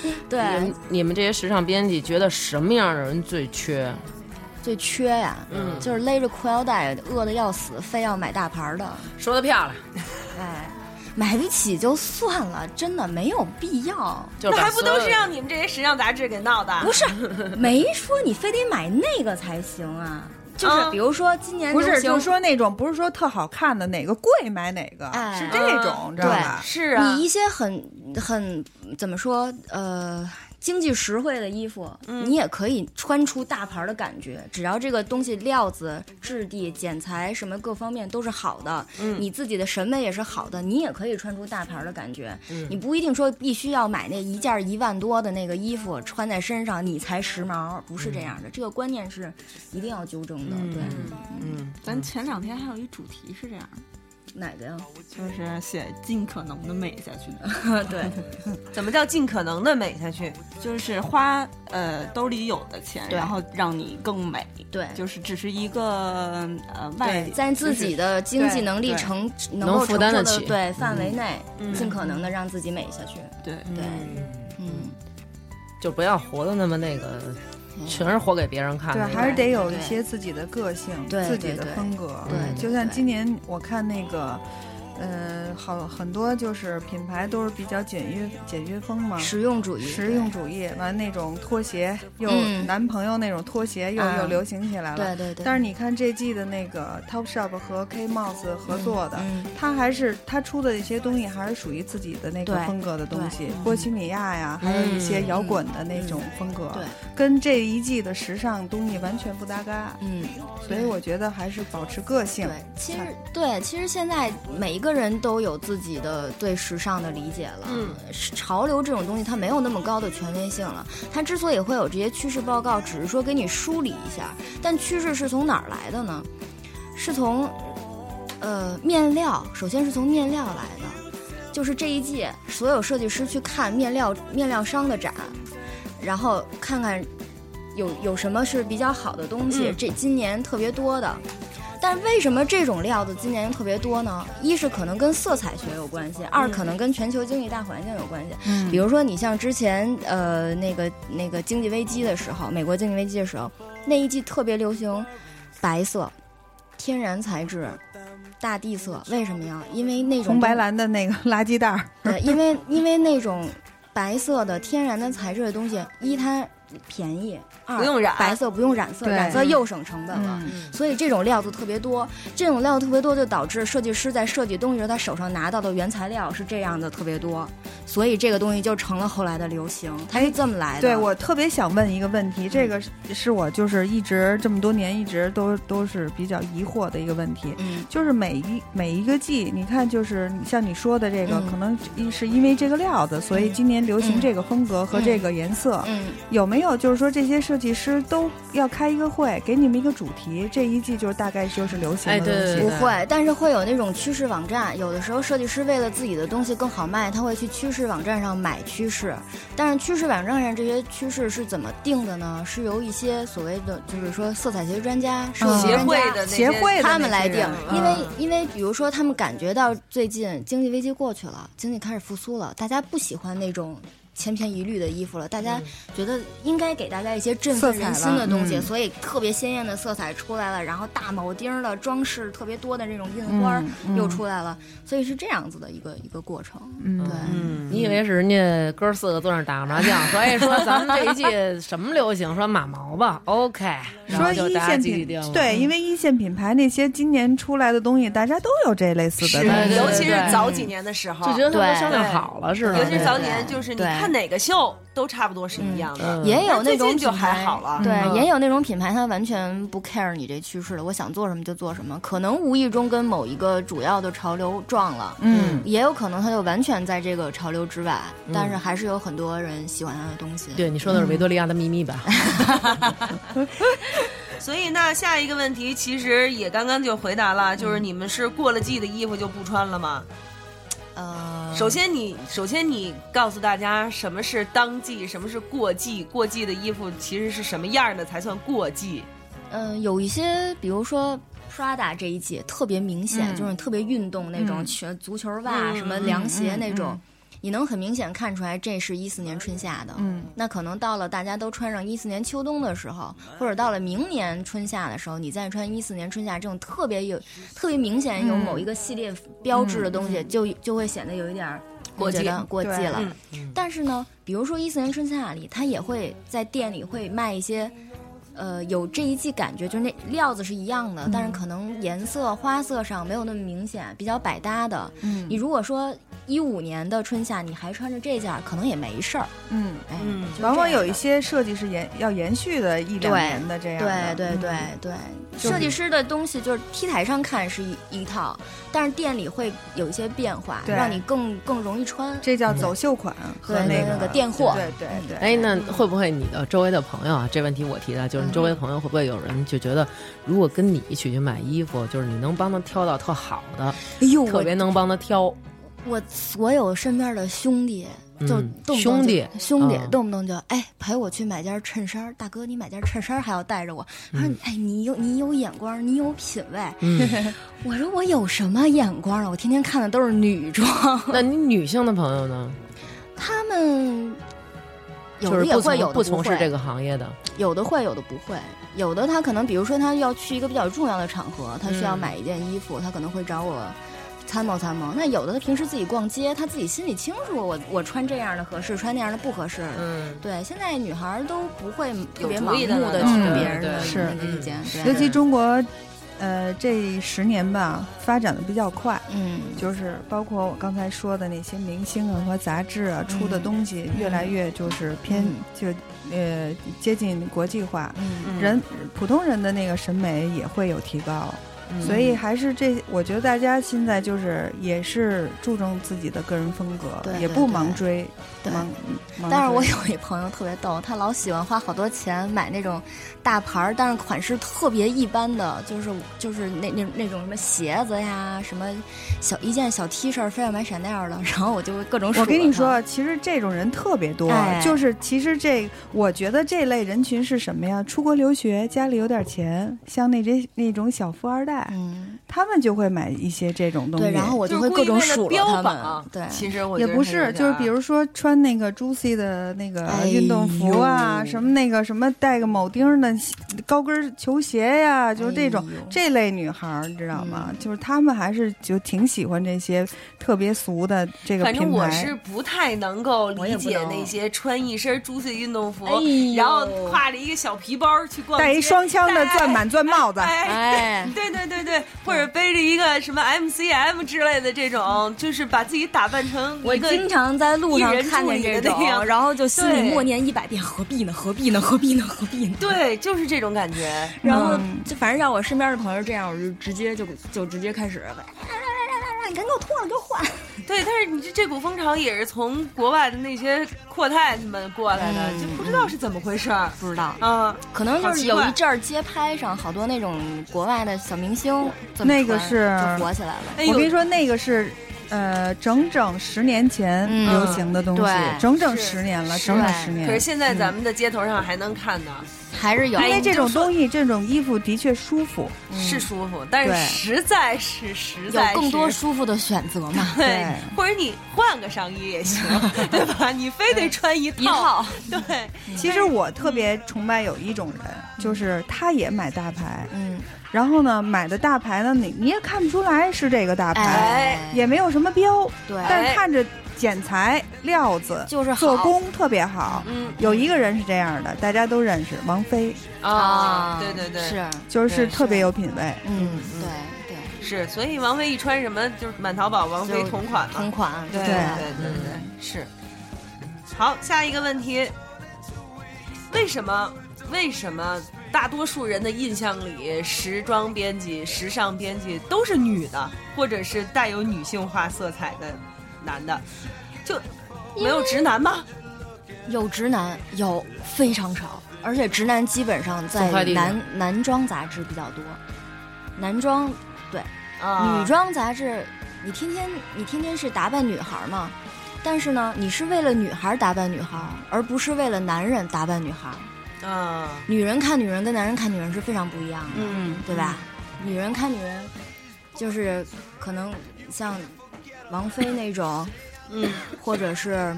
S6: 你
S7: 对
S6: 们，你们这些时尚编辑觉得什么样的人最缺？
S7: 最缺呀，
S6: 嗯
S7: 就是勒着裤腰带，饿得要死，非要买大牌儿的。
S6: 说的漂亮，
S7: 哎，买得起就算了，真的没有必要。
S6: 就是
S5: 那
S6: 把
S5: 还不
S6: 所有
S5: 都
S6: 的
S5: 是让你们这些时尚杂志给闹的？
S7: 不是，没说你非得买那个才行啊。就是
S5: 嗯
S7: 比如说今年
S2: 不
S7: 流
S2: 是，
S7: 行
S2: 就是说那种不是说特好看的哪个贵买哪个，
S7: 哎
S2: 是这种，知道吧？
S5: 是啊，
S7: 你一些很很怎么说呃经济实惠的衣服，
S5: 嗯
S7: 你也可以穿出大牌儿的感觉，只要这个东西料子、质地、剪裁什么各方面都是好的，
S5: 嗯
S7: 你自己的审美也是好的，你也可以穿出大牌儿的感觉。
S5: 嗯
S7: 你不一定说必须要买那一件儿一万多的那个衣服穿在身上你才时髦，不
S5: 嗯
S7: 是这样的，这个观念是一定要纠正的。对，
S6: 嗯，
S8: 咱前两天还有一主题是这样的，
S7: 哪个呀？
S8: 就是写尽可能的 美下去，
S7: 对，
S5: 怎么叫尽可能的美下去？
S8: 就是花呃兜里有的钱，
S7: 对
S8: 然后让你更美。
S7: 对
S8: 就是只是一个呃外
S2: 对
S7: 哎在自己的经济能力
S8: 对
S7: 承能
S6: 能
S7: 够
S6: 负
S7: 承
S6: 担
S7: 受
S6: 得
S7: 的
S6: 起
S7: 对范围内，
S5: 嗯
S7: 尽可能的让自己美下去。
S8: 对
S7: 对，嗯，
S6: 就不要活的那么那个，
S2: 嗯
S6: 全是活给别人看
S2: 对，
S6: 的，
S2: 还是得有一
S7: 对
S2: 些自己的个性，
S7: 对
S2: 自己
S7: 对
S2: 的
S7: 对
S2: 风格。
S7: 对嗯对
S2: 就像
S7: 对
S2: 今年我看那个，呃，好很多就是品牌都是比较简约简约风嘛，
S7: 实用主义，
S2: 实用主义。完那种拖鞋，又
S7: 嗯
S2: 男朋友那种拖鞋又
S7: 啊
S2: 又流行起来
S7: 对
S2: 了。
S7: 对对。
S2: 但是你看这季的那个 Topshop 和 Kmart 合作的。
S7: 嗯，
S2: 它还是它出的一些东西，还是属于自己的那个
S7: 对
S2: 风格的东西
S7: 对，嗯
S2: 波西米亚呀，还有一些摇滚的那种风格，
S7: 嗯对，
S2: 跟这一季的时尚东西完全不搭嘎。
S7: 嗯，
S2: 所以我觉得还是保持个性
S7: 对。，其实对，其实现在每一个人都有自己的对时尚的理解了。
S5: 嗯，
S7: 潮流这种东西它没有那么高的权威性了。它之所以会有这些趋势报告，只是说给你梳理一下。但趋势是从哪儿来的呢？是从呃面料，首先是从面料来的，就是这一季所有设计师去看面料面料商的展，然后看看有有什么是比较好的东西，
S5: 嗯
S7: 这今年特别多的。但为什么这种料子今年特别多呢？一是可能跟色彩学有关系，二可能跟全球经济大环境有关系。
S2: 嗯
S7: 比如说，你像之前呃那个那个经济危机的时候，美国经济危机的时候，那一季特别流行白色、天然材质、大地色。为什么呀？因为那种呃
S2: 红白蓝的那个垃圾袋儿，
S7: 对，因为因为那种白色的天然的材质的东西，一它便宜，二
S5: 不用染
S7: 白色不用染色，
S2: 对
S7: 染色又省成本了。
S2: 嗯
S7: 所以这种料子特别多，这种料子特别多，就导致设计师在设计东西时候，他手上拿到的原材料是这样的特别多，所以这个东西就成了后来的流行，它是这么来的。
S2: 哎对我特别想问一个问题，这个是是我就是一直这么多年一直都都是比较疑惑的一个问题，
S7: 嗯，
S2: 就是每一每一个季，你看就是像你说的这个，
S7: 嗯
S2: 可能是因为这个料子，所以今年流行这个风格和这个颜色，
S7: 嗯
S2: 有没有就是说这些设计师都要开一个会，给你们一个主题，这一季就是大概就是流行的
S6: 哎
S2: 东西。
S6: 对对
S7: 不
S6: 对
S7: 会，但是会有那种趋势网站。有的时候设计师为了自己的东西更好卖，他会去趋势网站上买趋势。但是趋势网站上这些趋势是怎么定的呢？是由一些所谓的就是说色彩学专家、设计
S5: 协
S7: 专
S5: 会
S7: 家
S5: 的那些
S2: 协会的
S7: 他们
S2: 那
S7: 来
S2: 些
S7: 定
S2: 人，
S7: 因为
S5: 嗯
S7: 因为比如说他们感觉到最近经济危机过去了，经济开始复苏了，大家不喜欢那种。千篇一律的衣服了，大家觉得应该给大家一些振奋
S2: 嗯色彩
S7: 人心
S2: 了
S7: 的东西，
S2: 嗯
S7: 所以特别鲜艳的色彩出来了，然后大铆钉儿的装饰特别多的这种印花儿
S2: 嗯嗯
S7: 又出来了，所以是这样子的一个一个过程。
S2: 嗯
S7: 对，
S6: 你以为是人家哥儿四个坐那儿打个麻将，所以说咱们这一 季什么流行？说马毛吧，OK，然
S2: 说
S6: 后就
S2: 一
S6: 大家
S2: 线
S6: 集体
S2: 品
S6: 定了。嗯
S2: 对，因为一线品牌那些今年出来的东西，大家都有这类似的
S6: 是
S2: 东西，
S6: 对对
S5: 尤其是
S6: 对
S5: 早几年的时候
S6: 就觉，得他们
S7: 对
S6: 商量好了似的，
S5: 尤其是早
S7: 早
S5: 几年，
S7: 对
S5: 就是你
S7: 对
S5: 看哪个秀都差不多是一样的。
S6: 嗯
S7: 也有那
S5: 最
S7: 种
S5: 近就
S7: 品牌
S5: 还好了
S7: 对，
S6: 嗯
S7: 也有那种品牌，它完全不 care 你这趋势的，我想做什么就做什么，可能无意中跟某一个主要的潮流撞了，
S2: 嗯，
S7: 也有可能它就完全在这个潮流之外，
S6: 嗯
S7: 但是还是有很多人喜欢它的东西。
S6: 对你说的是维多利亚的秘密吧？
S5: 所以那下一个问题其实也刚刚就回答了，就是你们是过了季的衣服就不穿了吗？
S7: 呃，
S5: 首先你首先你告诉大家什么是当季，什么是过季，过季的衣服其实是什么样的才算过季？
S7: 嗯、有一些，比如说 Prada 这一季特别明显，
S2: 嗯
S7: 就是特别运动那种
S2: 嗯
S7: 全、足球袜、
S5: 嗯
S7: 什么凉鞋那种，
S2: 嗯
S7: 你能很明显看出来这是一四年春夏的。
S2: 嗯，
S7: 那可能到了大家都穿上一四年秋冬的时候，或者到了明年春夏的时候，你再穿一四年春夏这种特别有、特别明显有
S2: 嗯
S7: 某一个系列标志的东西，就就会显得有一点儿
S5: 过
S7: 觉
S5: 季
S7: 得过季
S2: 对
S7: 了。
S5: 嗯
S7: 但是呢，比如说一四年春夏里，它也会在店里会卖一些，呃，有这一季感觉，就是那料子是一样的，但是可能颜色、花色上没有那么明显，比较百搭的。
S2: 嗯
S7: 你如果说一五年的春夏你还穿着这件儿，可能也没事儿。
S2: 嗯，
S7: 哎，
S5: 嗯
S7: 就是
S2: 往往
S7: 这样
S2: 有一
S7: 的。
S2: 些设计是延要延续的一两
S7: 对
S2: 年的这样
S7: 对
S2: 的
S7: 对对
S2: 嗯
S7: 对，
S2: 就是
S7: 设计师的东西就是 T 台上看是一一套，但是店里会有一些变化，
S2: 对
S7: 让你更更容易穿。
S2: 这叫走秀款和
S7: 对
S2: 那
S7: 那
S2: 个
S7: 个嗯垫货
S2: 对对对，
S6: 哎，那会不会你的周围的朋友啊？这问题我提的，就是你周围的朋友会不会有人就觉得，如果跟你一起去买衣服，就是你能帮他挑到特好的，
S7: 哎呦，
S6: 特
S7: 我
S6: 别能帮他挑，
S7: 我所有身边的兄弟，就
S6: 嗯
S7: 动不动就
S6: 兄弟
S7: 兄弟
S6: 嗯
S7: 动不动就哎陪我去买件衬衫儿，大哥你买件衬衫儿还要带着我，
S2: 嗯
S7: 他说哎你有你有眼光，你有品味，
S6: 嗯，
S7: 我说我有什么眼光啊，我天天看的都是女装，
S6: 那你女性的朋友呢？
S7: 他们有
S6: 就是
S7: 的也
S6: 不
S7: 会，有
S6: 从
S7: 的
S6: 不从事
S7: 会
S6: 这个行业的，
S7: 有的会，有的不会。有的他可能，比如说他要去一个比较重要的场合，他需要
S6: 嗯
S7: 买一件衣服，他可能会找我参谋参谋。那有的他平时自己逛街，他自己心里清楚，我我穿这样的合适，穿那样的不合适。
S6: 嗯，
S7: 对，现在女孩儿都不会特
S5: 有
S7: 别
S5: 主
S7: 盲
S5: 意的
S7: 目
S5: 了
S7: 的
S5: 都
S7: 听
S2: 嗯
S7: 别人
S6: 对
S7: 的
S2: 是
S7: 那个意见，
S2: 尤
S7: 对，
S2: 其中国，呃，这十年吧，发展的比较快，
S7: 嗯，
S2: 就是包括我刚才说的那些明星啊和杂志啊出的东西，越来越就是偏、
S7: 嗯
S2: 就呃接近国际化，
S7: 嗯
S2: 人普通人的那个审美也会有提高。
S7: 嗯
S2: 所以还是这，我觉得大家现在就是也是注重自己的个人风格，
S7: 对对
S2: 也不
S7: 对
S2: 盲追，
S7: 对
S2: 盲。嗯盲
S7: 但是我
S2: 追
S7: 有一朋友特别逗，他老喜欢花好多钱买那种大牌儿，但是款式特别一般的，就是就是那那那种什么鞋子呀，什么小一件小 T 恤儿，非要买闪奈儿的， 然后我就各种数
S2: 我跟你
S7: 落他
S2: 说，，其实这种人特别多，
S7: 哎
S2: 就是其实这，我觉得这类人群是什么呀？出国留学，家里有点钱，像那这那种小富二代，代，他们就会买一些这种东西。
S7: 嗯对，然后我
S5: 就
S7: 就是会
S5: 故
S7: 各
S5: 意
S7: 种
S5: 为了
S7: 数落
S5: 标
S7: 他
S5: 榜
S7: 们。对，
S5: 其实我
S2: 也
S5: 觉得
S2: 不
S5: 他有
S2: 是，
S5: 点
S2: 就是
S5: 儿
S2: 比如说穿那个 Juicy 的那个
S7: 哎
S2: 运动服啊，
S7: 呦
S2: 什么那个什么带个铆钉的高跟球鞋呀、就是这种、
S7: 哎
S5: 嗯
S7: 呦
S2: 这类女孩儿，你知道吗？就是她们还是就挺喜欢这些特别俗的这个
S5: 反正
S2: 品
S5: 我
S2: 牌。
S5: 是不太能够理解那些穿一身朱色运动服，然后挎着一个小皮包去逛街，
S2: 哎戴一双枪的钻满钻帽子，
S5: 哎。 哎
S7: 哎，
S5: 对对对对，或者背着一个什么 MCM 之类的这种，就是把自己打扮成
S7: 我
S5: 一个
S7: 经常在路上
S5: 一人助
S7: 看见
S5: 理的
S7: 这
S5: 那样
S7: 种，然后就心
S5: 对
S7: 里默念一百遍：何必呢？何必呢？何必呢？何必呢？
S5: 对，就是这种感觉。
S2: 嗯
S7: 然后就反正让我身边的朋友这样，我就直接就就直接开始，来来来来来，你赶紧给我脱了，给我换。
S5: 对，但是你这这股风潮也是从国外的那些阔太他们过来的，
S2: 嗯
S5: 就不知道是怎么回事儿。
S7: 不知道，
S5: 啊，
S7: 可能
S5: 好
S7: 就
S5: 奇
S7: 是有
S5: 怪
S7: 一阵儿街拍上好多那种国外的小明星这么穿，
S2: 那个是
S7: 就火起来了。
S5: 哎
S2: 我跟你
S5: 呦，
S2: 说，那个是，呃，整整十年前
S7: 嗯
S2: 流行的东西，
S7: 对
S2: 整整
S5: 是
S2: 十年了，
S7: 是
S2: 整整十年。
S7: 嗯
S5: 可是现在咱们的街头上还能看到，
S7: 还是有嗯
S2: 因哎为这种
S5: 就说
S2: 东西，这种衣服的确舒服。
S5: 是舒服，但是
S2: 对
S5: 实在是实
S7: 有
S5: 在是？
S7: 更多舒服的选择嘛
S5: 对
S2: 对，
S5: 或者你换个上衣也 行，对吧？你非得穿一套，
S7: 一套
S5: 对，
S2: 其实我特
S5: 嗯
S2: 别崇拜有一种人，就是他也买大牌，
S7: 嗯，
S2: 然后呢，买的大牌呢，你你也看不出来是这个大牌，
S5: 哎
S2: 嗯也没有什么标，
S7: 对，
S2: 但是看着剪裁、料子、
S7: 哎就是好
S2: 做工特别好。
S5: 嗯
S2: 有一个人是这样的，大家都认识，王菲，
S5: 啊，对对对，
S7: 是，
S2: 就是
S5: 对
S2: 特别有品位。
S7: 嗯，对对，
S5: 是，所以王菲一穿什么就是满淘宝王菲
S7: 就
S5: 同款嘛
S7: 同，款，
S5: 对
S2: 对
S5: 对对对，是。好，下一个问题，为什么为什么大多数人的印象里，时装编辑、时尚编辑都是女的，或者是带有女性化色彩的男的？就没有直男吗？
S7: 有直男，有非常少，而且直男基本上在
S6: 送快递的
S7: 男男装杂志比较多，男装、
S5: 啊
S7: 女装杂志，你天天你天天是打扮女孩嘛，但是呢，你是为了女孩打扮女孩，而不是为了男人打扮女孩。
S5: 啊，
S7: 女人看女人跟男人看女人是非常不一样的，
S5: 嗯，
S7: 对吧？女人看女人，就是可能像王菲那种，
S5: 嗯，
S7: 或者是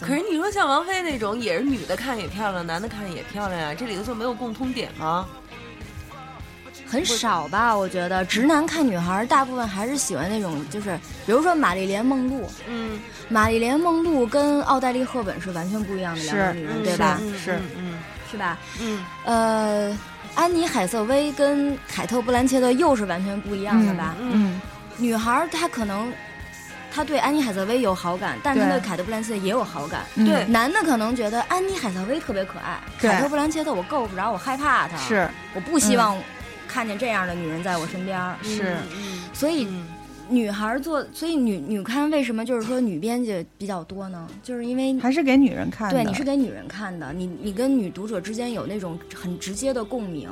S5: 可是你说像王菲那种，也是女的看也漂亮，男的看也漂亮呀、这里头就没有共通点吗？
S7: 很少吧？我觉得直男看女孩，大部分还是喜欢那种，就是比如说玛丽莲梦露，
S5: 嗯，
S7: 玛丽莲梦露跟奥黛丽·赫本是完全不一样的两
S2: 是
S7: 个女人，对吧？
S5: 嗯
S2: 是
S5: 嗯
S7: 是吧？
S5: 嗯
S7: 呃，安妮·海瑟薇跟凯特·布兰切特又是完全不一样的吧？
S5: 嗯
S2: 嗯，
S7: 女孩儿她可能。她对安妮·海瑟薇有好感，但是她
S2: 对
S7: 对凯特·布兰切特也有好感。
S2: 嗯
S5: 对
S7: 男的可能觉得安妮·海瑟薇特别可爱，
S2: 对
S7: 凯特·布兰切特我够不着，我害怕她，
S2: 是
S7: 我不希望看见这样的女人在我身边儿。
S2: 是
S5: 嗯
S7: 所以
S5: 嗯
S7: 女孩儿做，所以女女刊为什么就是说女编辑比较多呢？就是因为
S2: 还是给女人看的。
S7: 对你是给女人看的，你你跟女读者之间有那种很直接的共鸣。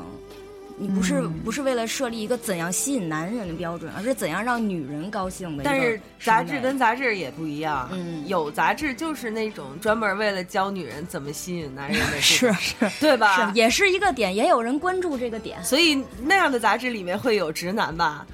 S7: 你不是、
S5: 嗯
S7: 不是为了设立一个怎样吸引男人的标准，而是怎样让女人高兴的一个
S5: 但
S7: 审美。
S5: 是杂志跟杂志也不一样，
S7: 嗯
S5: 有杂志就是那种专门为了教女人怎么吸引男人的，
S7: 是
S5: 对吧
S7: 是？也是一个点，也有人关注这个点。
S5: 所以那样的杂志里面会有直男吧？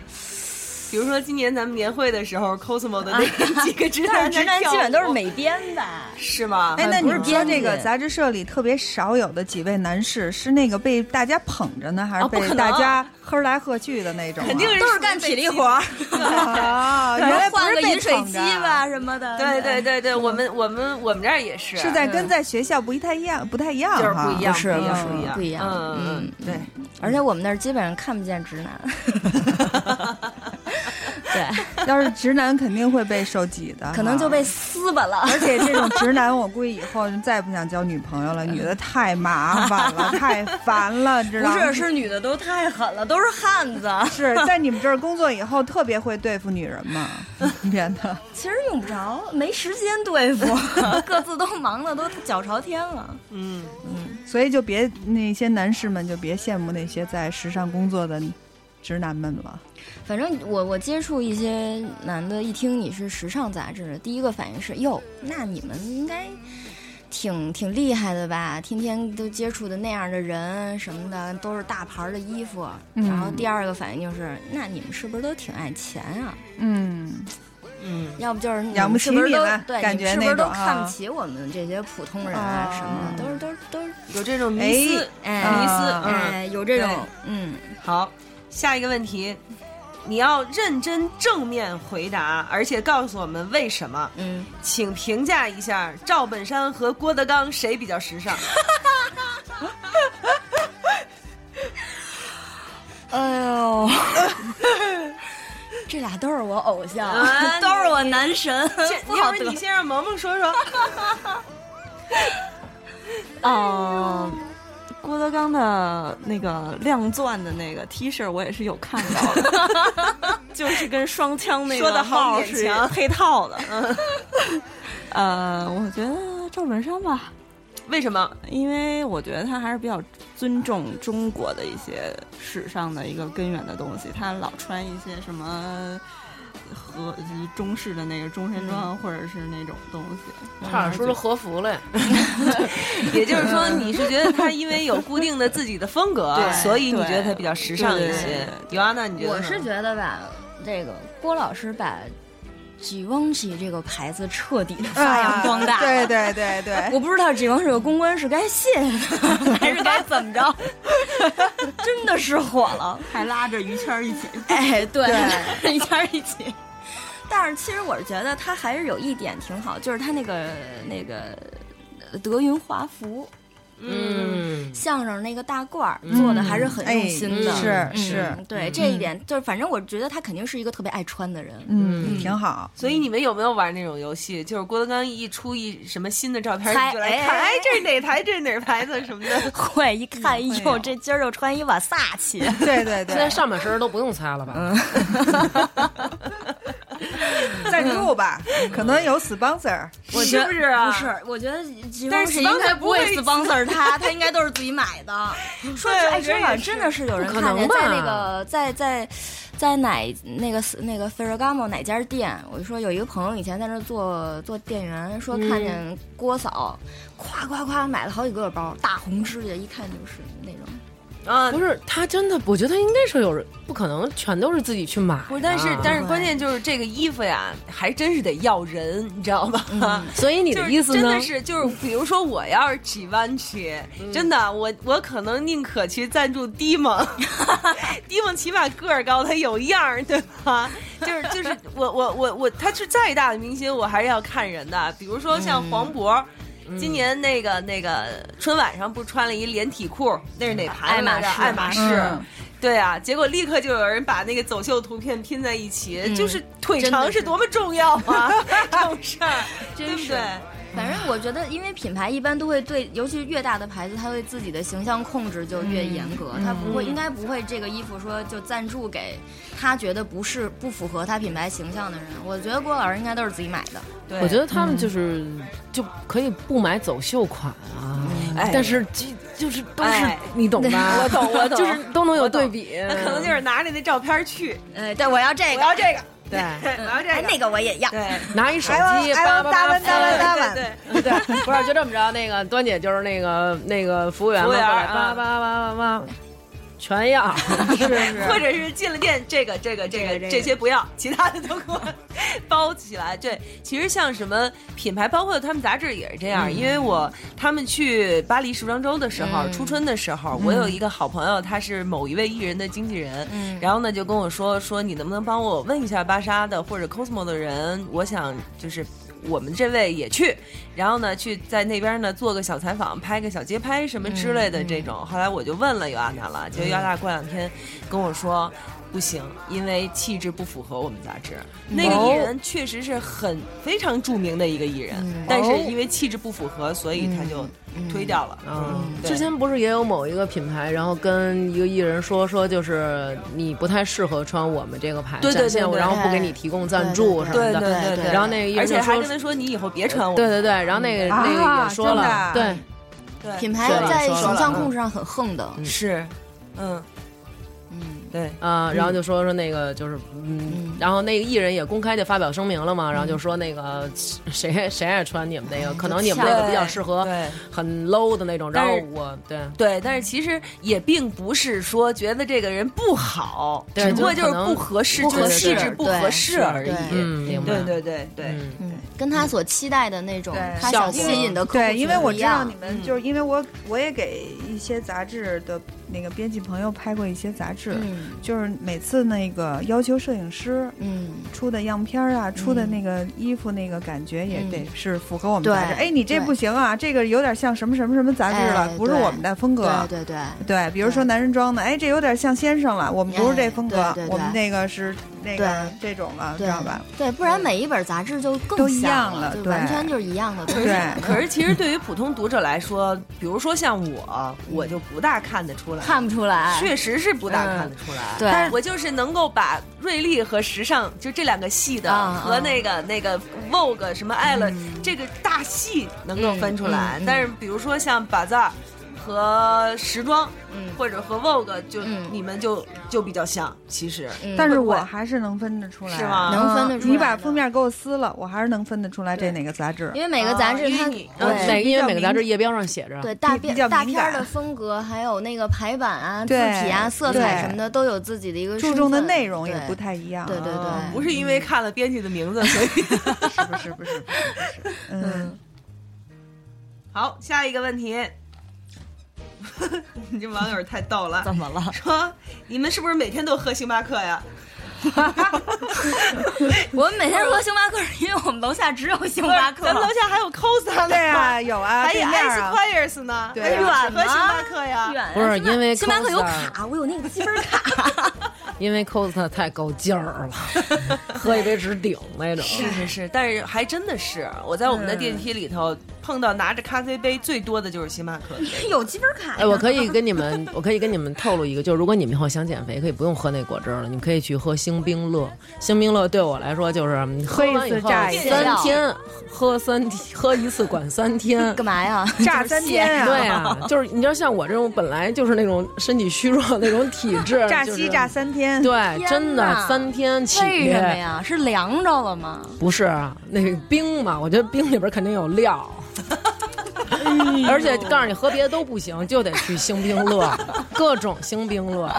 S5: 比如说今年咱们年会的时候，Cosmo 的 那几个直
S7: 啊但
S5: 男在
S7: 是直男
S5: 跳
S7: 基本
S5: 舞
S7: 都是美编吧？
S5: 是吗？
S2: 哎，那你
S7: 不是
S2: 说
S7: 编
S2: 这个
S7: 辑
S2: 杂志社里特别少有的几位男士，是那个被大家捧着呢，还
S7: 哦
S2: 是
S5: 啊不
S2: 被
S5: 可能
S2: 大家呵来呵去的那种啊、
S5: 肯定是
S7: 都是干体力活儿，
S2: 啊，原来不
S7: 换
S2: 是
S7: 个
S2: 被
S7: 饮水
S2: 捧
S7: 机
S2: 着，啊
S7: 吧什么的。嗯
S5: 对对对对，我们我们我们这儿也是，
S2: 是在跟在学校不太一样，不太一样
S5: 就是
S2: 哈，
S5: 不一样，
S7: 是
S5: 一样，
S7: 不
S5: 一
S7: 是
S5: 样，
S7: 不一样
S5: 嗯嗯，对。
S7: 而且我们那儿基本上看不见直男。 对，
S2: 要是直男肯定会被受挤的，
S7: 可能就被
S2: 哈。
S7: 撕巴了。
S2: 而且这种直男，我估计以后就再也不想交女朋友了，女的太麻烦了，太烦了，知
S7: 不
S2: 道吗？
S7: 是，是女的都太狠了，都是汉子。
S2: 是 在你们这儿工作以后，特别会对付女人嘛，变得。
S7: 其实用不着，没时间对付， 各自都忙的都脚朝天了。
S2: 所以就别那些男士们就别羡慕那些在时尚工作的直男们了。
S7: 反正我我接触一些男的，一听你是时尚杂志，第一个反应是哟，那你们应该挺挺厉害的吧，天天都接触的那样的人什么的，都是大牌儿的衣服。然后第二个反应就是，那你们是不是都挺爱钱啊？
S2: 嗯，
S6: 嗯，
S7: 要不就是你
S2: 养不
S7: 们
S2: 起
S7: 是不是
S2: 你
S7: 都
S2: 们
S7: 对，
S2: 感
S7: 嗯你
S2: 觉
S7: 们是不是
S2: 那
S7: 都
S2: 种
S7: 看
S2: 啊
S7: 不起我们这些普通人啊
S2: 哦
S7: 什么的，都是都是都是
S5: 有这种迷思，
S7: 哎
S5: 迷思，嗯。
S7: 哎有这种
S5: 对
S7: 嗯
S5: 好，下一个问题，你要认真正面回答，而且告诉我们为什么。
S7: 嗯，
S5: 请评价一下赵本山和郭德纲谁比较时 尚？
S7: 哎呦， 这俩都是我偶像，
S5: 啊
S7: 都是我男神，
S5: 这
S7: 不
S5: 要
S7: 好
S5: 不
S7: 得
S5: 你先让萌萌说 说。
S8: 哦、郭德纲的那个亮钻的那个 T 恤，我也是有看到的， 就是跟双枪那
S5: 说
S8: 个
S5: 得好
S8: 帽
S5: 勉
S8: 是
S5: 强嗯
S8: 配套的。 呃，我觉得赵本山吧，
S5: 为什么？
S8: 因为我觉得他还是比较尊重中国的一些时尚的一个根源的东西，他老穿一些什么。和就是中式的那个中山
S5: 嗯
S8: 装，或者是那种东西，
S6: 差点说了和服嘞。
S5: 也就是说，你是觉得他因为有固定的自己的风 格，啊
S8: 对
S5: 所以你
S8: 对
S5: 觉得他比较时尚一
S8: 对
S5: 些
S8: 对。
S5: 尤安娜，你觉得呢？
S7: 我是觉得吧，这个郭老师把 Givenchy 这个牌子彻底的发扬光大、
S2: 啊对。对对对，
S7: 我不知道 Givenchy 这个公关是该谢 谢他，还是该怎么着，真的是火了。
S8: 还拉着于谦儿一起。
S7: 哎，对， 一家一起。但是其实我是觉得他还是有一点挺好，就是他那个那个呃德云华服
S6: 嗯，
S7: 相声那个大褂儿做的还是很用心的，
S2: 嗯哎
S7: 嗯
S2: 是是
S7: 对这一点，就是反正我觉得他肯定是一个特别爱穿的人，
S2: 嗯，挺好。
S5: 所以你们有没有玩那种游戏？就是郭德纲一出一什么新的照片，
S7: 猜
S5: 你就来看，
S7: 哎
S5: 哎，这是哪台，这是哪牌子什么的。
S7: 会啊一看，
S2: 嗯会
S7: 哟，
S2: 有
S7: 这今儿又穿一瓦萨 奇，
S2: 对对
S6: 现在
S2: 对，
S6: 上半身都不用擦了吧？
S2: 赞 助吧，可能有 sponsor。
S5: 我觉得是不是啊
S7: 不是，我觉得吉
S5: 但是
S7: 方是应该
S5: sponsor
S7: 不会
S5: 不
S7: sponsor 他，他应该都是自己买的。说起哎，说好像真的是有人
S6: 不可
S7: 看见
S6: 能吧
S7: 在那个在在在哪那个那个 Ferragamo 哪家店，我就说有一个朋友以前在那儿做做店员，说看见郭嫂，夸夸夸买了好几个包，大红指甲，一看就是那种。
S5: 啊，
S6: 不是，他真的，我觉得应该是有人，不可能全都是自己去买啊的。
S5: 不是，但是但是关键就是这个衣服呀，还真是得要人，你知道吧？
S6: 所以你
S5: 就
S6: 的
S5: 是
S6: 意思
S5: 真
S6: 呢
S5: 的？是就是，比如说我要是 g i v n c i 真的，我我可能宁可去赞助迪蒙，迪蒙起码个儿高，他有样儿，对吧？就是就是， 我我我我，他是再大的明星，我还是要看人的。比如说像黄渤。今年那个那个春晚上不是穿了一连体裤，那是哪牌子来着？爱
S7: 爱
S5: 马
S7: 马
S5: 仕
S7: 仕
S2: 嗯
S5: 对啊，结果立刻就有人把那个走秀图片拼在一起，就是腿
S7: 真的
S5: 长
S7: 是
S5: 是多么重要啊！这种事儿，对不
S7: 是
S5: 对？
S7: 反正我觉得，因为品牌一般都会对，尤其是越大的牌子，它对自己的形象控制就越严格，它不会应该不会这个衣服说就赞助给他觉得不是不符合他品牌形象的人。我觉得郭老师应该都是自己买的，
S5: 对，
S6: 我觉得他们就是就可以不买走秀款啊，
S5: 哎
S6: 但是就就是都是
S5: 哎
S6: 你懂吧？
S5: 我懂我懂
S6: 就是都能有
S5: 我懂
S6: 对比。
S5: 那可能就是拿着那照片去，
S7: 呃，对，我要这
S5: 我
S7: 个，
S5: 要这个，
S6: 对，
S5: 对，我要
S7: 哎，
S5: 这个，
S7: 那个我也要。
S5: 对
S6: 拿一手
S2: I
S6: 机
S2: will- I
S6: 叭
S2: will
S6: 叭
S2: 搭
S6: 叭
S2: 完搭完
S6: 翻。
S2: 搭
S5: 对
S2: 完，
S5: 对
S6: 对，不是就这么着，那个端姐就是那个那个服务员嘛，
S5: 服务员
S6: 过来
S5: 啊
S6: 叭叭叭叭叭，全要。
S2: 是
S5: 对，或
S2: 是。
S5: 者是进了店，这个这个这个这些不要，其他的都给我 包起来。对，其实像什么品牌，包括他们杂志也是这样，因为我他们去巴黎时装周的时候，初春的时候，我有一个好朋友，他是某一位艺人的经纪人，
S7: 嗯
S5: 然后呢就跟我说说你能不能帮我问一下芭莎的或者 Cosmo 的人，我想就是。我们这位也去，然后呢，去在那边呢做个小采访，拍个小街拍什么之类的这种。
S6: 嗯
S5: 后来我就问了尤安娜了，就尤安娜过两天跟我说。不行，因为气质不符合我们杂志。
S6: 嗯
S5: 那
S6: 哦
S5: 个艺人确实是很非常著名的一个艺人，
S6: 嗯
S5: 但
S6: 哦
S5: 是因为气质不符合，所以他就推掉了。
S6: 嗯，
S5: 对
S6: 之前不是也有某一个品牌，然后跟一个艺人说说，就是你不太适合穿我们这个牌
S5: 对对
S6: 展现
S5: 对对
S6: 然后不给你提供赞助什么
S5: 对
S6: 的。
S5: 对对
S7: 对
S5: 对，
S6: 然后那个艺
S5: 而
S6: 人
S5: 且
S6: 就
S5: 还
S6: 说
S5: 跟，他说你以后别穿我。
S6: 对对对，然后那个那个
S2: 啊
S6: 也说了，
S2: 真
S6: 对
S2: 的，
S5: 对嗯
S7: 品牌
S6: 说了
S7: 在
S6: 说了
S7: 嗯形象控制上很横的，
S5: 是，嗯，
S7: 嗯，
S5: 嗯对，
S6: 啊、然后就说说那个就是嗯，然后那个艺人也公开就发表声明了嘛，然后就说那个谁谁爱穿你们那个，可能你们那个比较适合
S5: 对
S6: 很 low 的那种，然
S5: 但
S6: 后
S5: 是
S6: 我对。
S5: 对，但是其实也并不是说觉得这个人不好，
S6: 对
S5: 只不过
S6: 就
S5: 就是
S6: 可能
S5: 不合适，
S7: 不
S5: 就是
S7: 合
S5: 气
S7: 适
S5: 质不
S7: 对
S5: 合适而已
S7: 对。
S6: 嗯，明白。
S5: 对对
S8: 对对
S6: 嗯，
S7: 嗯，跟他所期待的那种
S2: 对
S7: 他想吸引的客户
S2: 对，因为我
S7: 不一
S2: 知道
S7: 样嗯
S2: 你们就是因为我我也给一些杂志的那个编辑朋友拍过一些杂志，
S7: 嗯
S2: 就是每次那个要求摄影师
S7: 嗯，
S2: 出的样片儿啊，出的那个衣服那个感觉也
S7: 嗯
S2: 得是符合我们杂志。
S7: 对
S2: 哎，你这
S7: 对
S2: 不行啊，这个有点像什么什么什么杂志了，
S7: 哎
S2: 不是
S7: 对
S2: 我们的风格。
S7: 对对对，
S2: 对，比如说
S7: 对
S2: 男人装的，哎，这有点像先生了，我们不是这
S7: 哎
S2: 风格，
S7: 对对对
S2: 我们那个是那个
S7: 对
S2: 这种了，知
S7: 对
S2: 道吧？？
S7: 对，不然每一本杂志就更
S2: 都一样
S7: 像
S2: 了
S7: 就
S2: 对
S7: 完全就是一样的东西。
S2: 对
S5: 可是其实对于普通读者来说，比如说像我，我就不大看得出来，
S7: 看不出来，嗯
S5: 确实是不大看得出来。
S7: 对
S5: 但是我就是能够把瑞丽和时尚就这两个系的
S7: 啊
S5: 和那个那个 Vogue 什么爱了这个大系能够分出来
S7: 嗯嗯嗯嗯。
S5: 但是比如说像 Bazaar 和时装，
S7: 嗯
S5: 或者和 Vogue 就
S7: 嗯
S5: 你们就就比较像，其实。
S7: 嗯
S2: 但是
S5: 会不
S2: 我
S5: 会
S2: 还是能分得出来，
S5: 是吗
S7: 能分得
S2: 嗯
S7: 出来
S2: 你把
S7: 的
S2: 封面给我撕了，我还是能分得出来这哪个杂志
S7: 因。为每个杂志
S5: 啊
S7: 它
S5: 因为你
S6: 呃
S7: 对
S6: 每个因为每
S2: 比
S6: 个杂
S2: 较明
S6: 志页标上写着，
S7: 对大
S2: 比
S7: 片
S2: 较
S7: 大
S2: 敏
S7: 片儿
S2: 感
S7: 的风格，还有那个排版啊、字
S2: 对
S7: 体啊、色彩
S2: 对
S7: 什么的，都有自己的一个
S2: 注重的
S7: 身份
S2: 内容也不。太一样。啊
S7: 对对对
S5: 嗯不是因为看了编辑的名字，所以
S2: 是不是不是不是不是，嗯，
S5: 好，下一个问题。 你这网友太逗了，怎么了？说你们是不是每天都喝星巴克呀？
S7: 对 我们每天喝星巴克，是因为我们楼下只有星
S5: 不是
S7: 巴克
S5: 咱。楼下还有
S7: 嗯
S5: Costa
S2: 对
S5: 呢，
S2: 啊，有啊，
S5: 哎还
S2: 对
S5: 有
S2: 面
S5: Ice
S2: 啊，
S5: Players 呢，
S2: 对
S5: 那
S2: 啊
S5: 只喝星巴克呀。
S7: 远啊
S6: 不是
S7: 星巴
S6: 因为
S7: 星巴克有
S6: Costa-
S7: 卡，我有那个积分卡。
S6: 因为 Costa 太够劲儿了，喝一杯直顶那种。
S5: 是是是，但是还真的是，我在我们的电梯里头碰到拿着咖啡杯最多的就是星巴克。
S7: 有积分卡呀
S6: 哎，我可以跟你们，我可以跟你们透露一个，就是如果你们以后想减肥，可以不用喝那果汁儿了，你们可以去喝星冰乐。星冰乐对我来说就是嗯喝完以
S2: 喝
S6: 后
S2: 一次炸一
S7: 次
S6: 三天，喝三天喝一次管三
S5: 嗯
S6: 天。
S7: 干 嘛呀？
S2: 炸三天啊，
S6: 对啊，就是你知道，像我这种本来就是那种身体虚弱的那种体 质，
S2: 炸
S6: 就是
S2: 西炸三天，
S6: 对，
S7: 天
S6: 真的
S7: 呐
S6: 三天起。
S7: 为什么呀？是凉着了吗？
S6: 不是啊那个冰嘛，我觉得冰里边肯定有料。哎而且告诉你，喝别的都不行，就得去星冰 乐，各种星冰乐，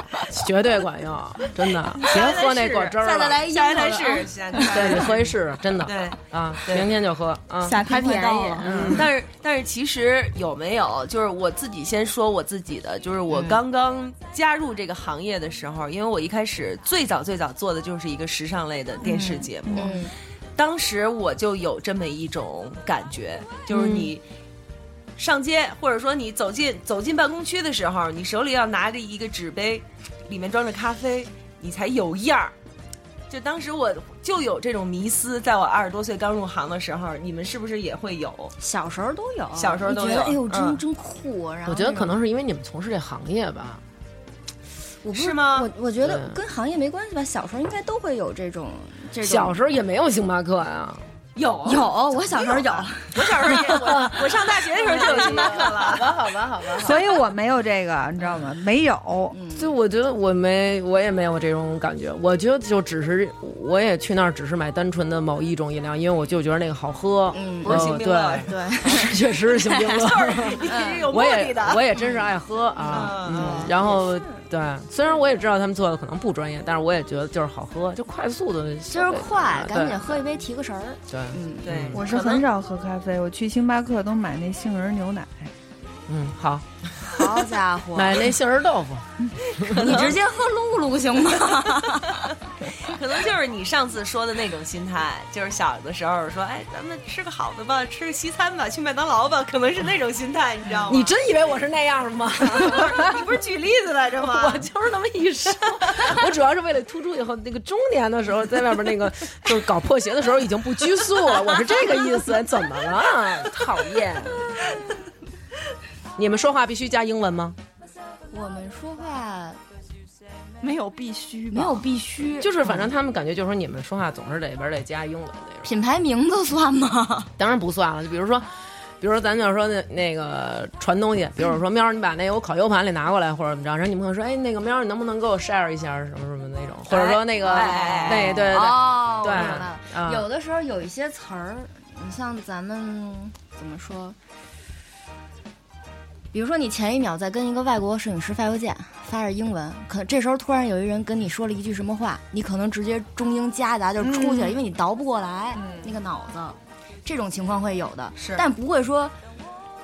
S6: 绝对管用，真的，别喝那果汁儿
S7: 下次
S6: 了。
S7: 来一
S5: 下一
S7: 口
S5: 台
S7: 的
S5: 是，下一台
S6: 对，你
S5: 是
S6: 喝一试试，真的。
S5: 对
S6: 啊，
S5: 对
S6: 明天就喝啊。
S8: 夏
S7: 还
S8: 天快
S7: 便
S8: 到
S7: 宜
S8: 了，。
S5: 嗯 但是但是其实有没有，就是我自己先说我自己的，就是
S7: 嗯
S5: 我刚刚加入这个行业的时候，因为我一开始最早最早做的就是一个时尚类的电视节目，
S7: 嗯
S5: 当时我就有这么一种感觉，就是
S7: 嗯
S5: 你上街或者说你走进走进办公区的时候，你手里要拿着一个纸杯，里面装着咖啡，你才有样儿。就当时我就有这种迷思，在我二十多岁刚入行的时候，你们是不是也会有？
S7: 小时候都有，
S5: 小时候都有
S7: 你觉得哎呦，真
S5: 嗯
S7: 真酷。啊然后
S6: 我觉得可能
S7: 那种
S6: 是因为你们从事这行业吧，
S7: 我不
S5: 是吗
S7: 我我觉得
S6: 对
S7: 跟行业没关系吧。小时候应该都会有这种这种。
S6: 小时候也没有星巴克呀。
S5: 有
S7: 有，，我小时候有。啊
S5: 我小时候也我我上大学的时候就有星巴克了。
S6: 吧，好吧，好吧。
S2: 所以我没有这个，你知道吗？
S7: 嗯
S2: 没有，
S6: 就我觉得我没，我也没有这种感觉。我觉得就只是，我也去那儿只是买单纯的某一种饮料，因为我就觉得那个好喝。
S7: 嗯
S5: 不是星冰乐
S6: 呃
S7: 对，
S6: 对， 确实是星冰乐。
S5: 你是有目
S6: 嗯我
S5: 的
S6: 也
S5: 的，
S6: 我也真是爱喝啊。
S5: 嗯
S6: 嗯，然后对，虽然我也知道他们做的可能不专业，但是我也觉得就是好喝，就快速的消
S7: 就是
S6: 费，
S7: 快，
S6: 对
S7: 赶紧喝一杯提个神 儿。
S6: 对，
S7: 嗯，
S5: 对，
S2: 我是很少喝咖啡，我去星巴克都买那杏仁牛奶。
S6: 嗯，好，
S7: 好家伙，
S6: 买那杏仁豆腐，
S7: 你直接喝露露行吗？
S5: 可能就是你上次说的那种心态，就是小的时候说，哎，咱们吃个好的吧，吃个西餐吧，去麦当劳吧，可能是那种心态，你知 道吗？
S6: 你真以为我是那样吗？
S5: 这你不是举例子来着吗
S6: 我？ 就是那么一说， 我主要是为了突出以后那个中年的时候，在外面那个就是搞破鞋的时候已经不拘束了，我是这个意思。怎么了？讨厌！你们说话必须加英文吗？
S7: 我们说话
S8: 没有必须吧，
S7: 没有 必须，
S6: 就是反正他们感觉就是说你们说话总是里边得加英文那种，
S7: 品牌名字算吗？
S6: 当然不算了。就比如说。比如说咱就是说那那个传东西，比如说喵儿，你把那个我烤 U 盘里拿过来，或者怎么着，然后你们可能说，哎，那个喵儿，你能不能给我 share 一下什么什么那种，或者说那个
S5: 哎
S6: 那对对对，
S7: 哦，我
S6: 对
S7: 明白了。
S6: 啊
S7: 有的时候有一些词儿，你像咱们怎么说？比如说，你前一秒在跟一个外国摄影师发邮件，发着英文，可这时候突然有一人跟你说了一句什么话，你可能直接中英夹杂就出去
S6: 嗯
S7: 了，因为你倒不过来、那个脑子，这种情况会有的，
S2: 是
S7: 但不会说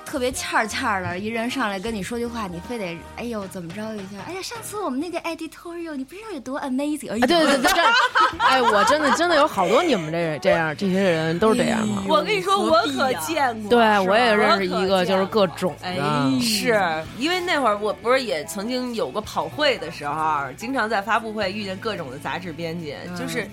S7: 特别欠儿欠儿的，一人上来跟你说句话，你非得哎呦怎么着一下，哎呀，上次我们那个 editorial 你不知道有多 amazing，哎
S6: 啊，对对对，这，哎，我真的真的有好多你们这这样这些人都是这样的。
S5: 我跟你说，
S8: 何
S5: 我
S8: 必
S5: 可
S8: 呀
S5: 见过，
S6: 对
S5: 是，
S6: 我也
S5: 吧
S6: 认识
S5: 可
S6: 一个，就是
S5: 见哎
S6: 各种的。
S5: 是因为那会儿我不是也曾经有过跑会的时候，经常在发布会遇见各种的杂志编辑，
S6: 嗯
S5: 就是。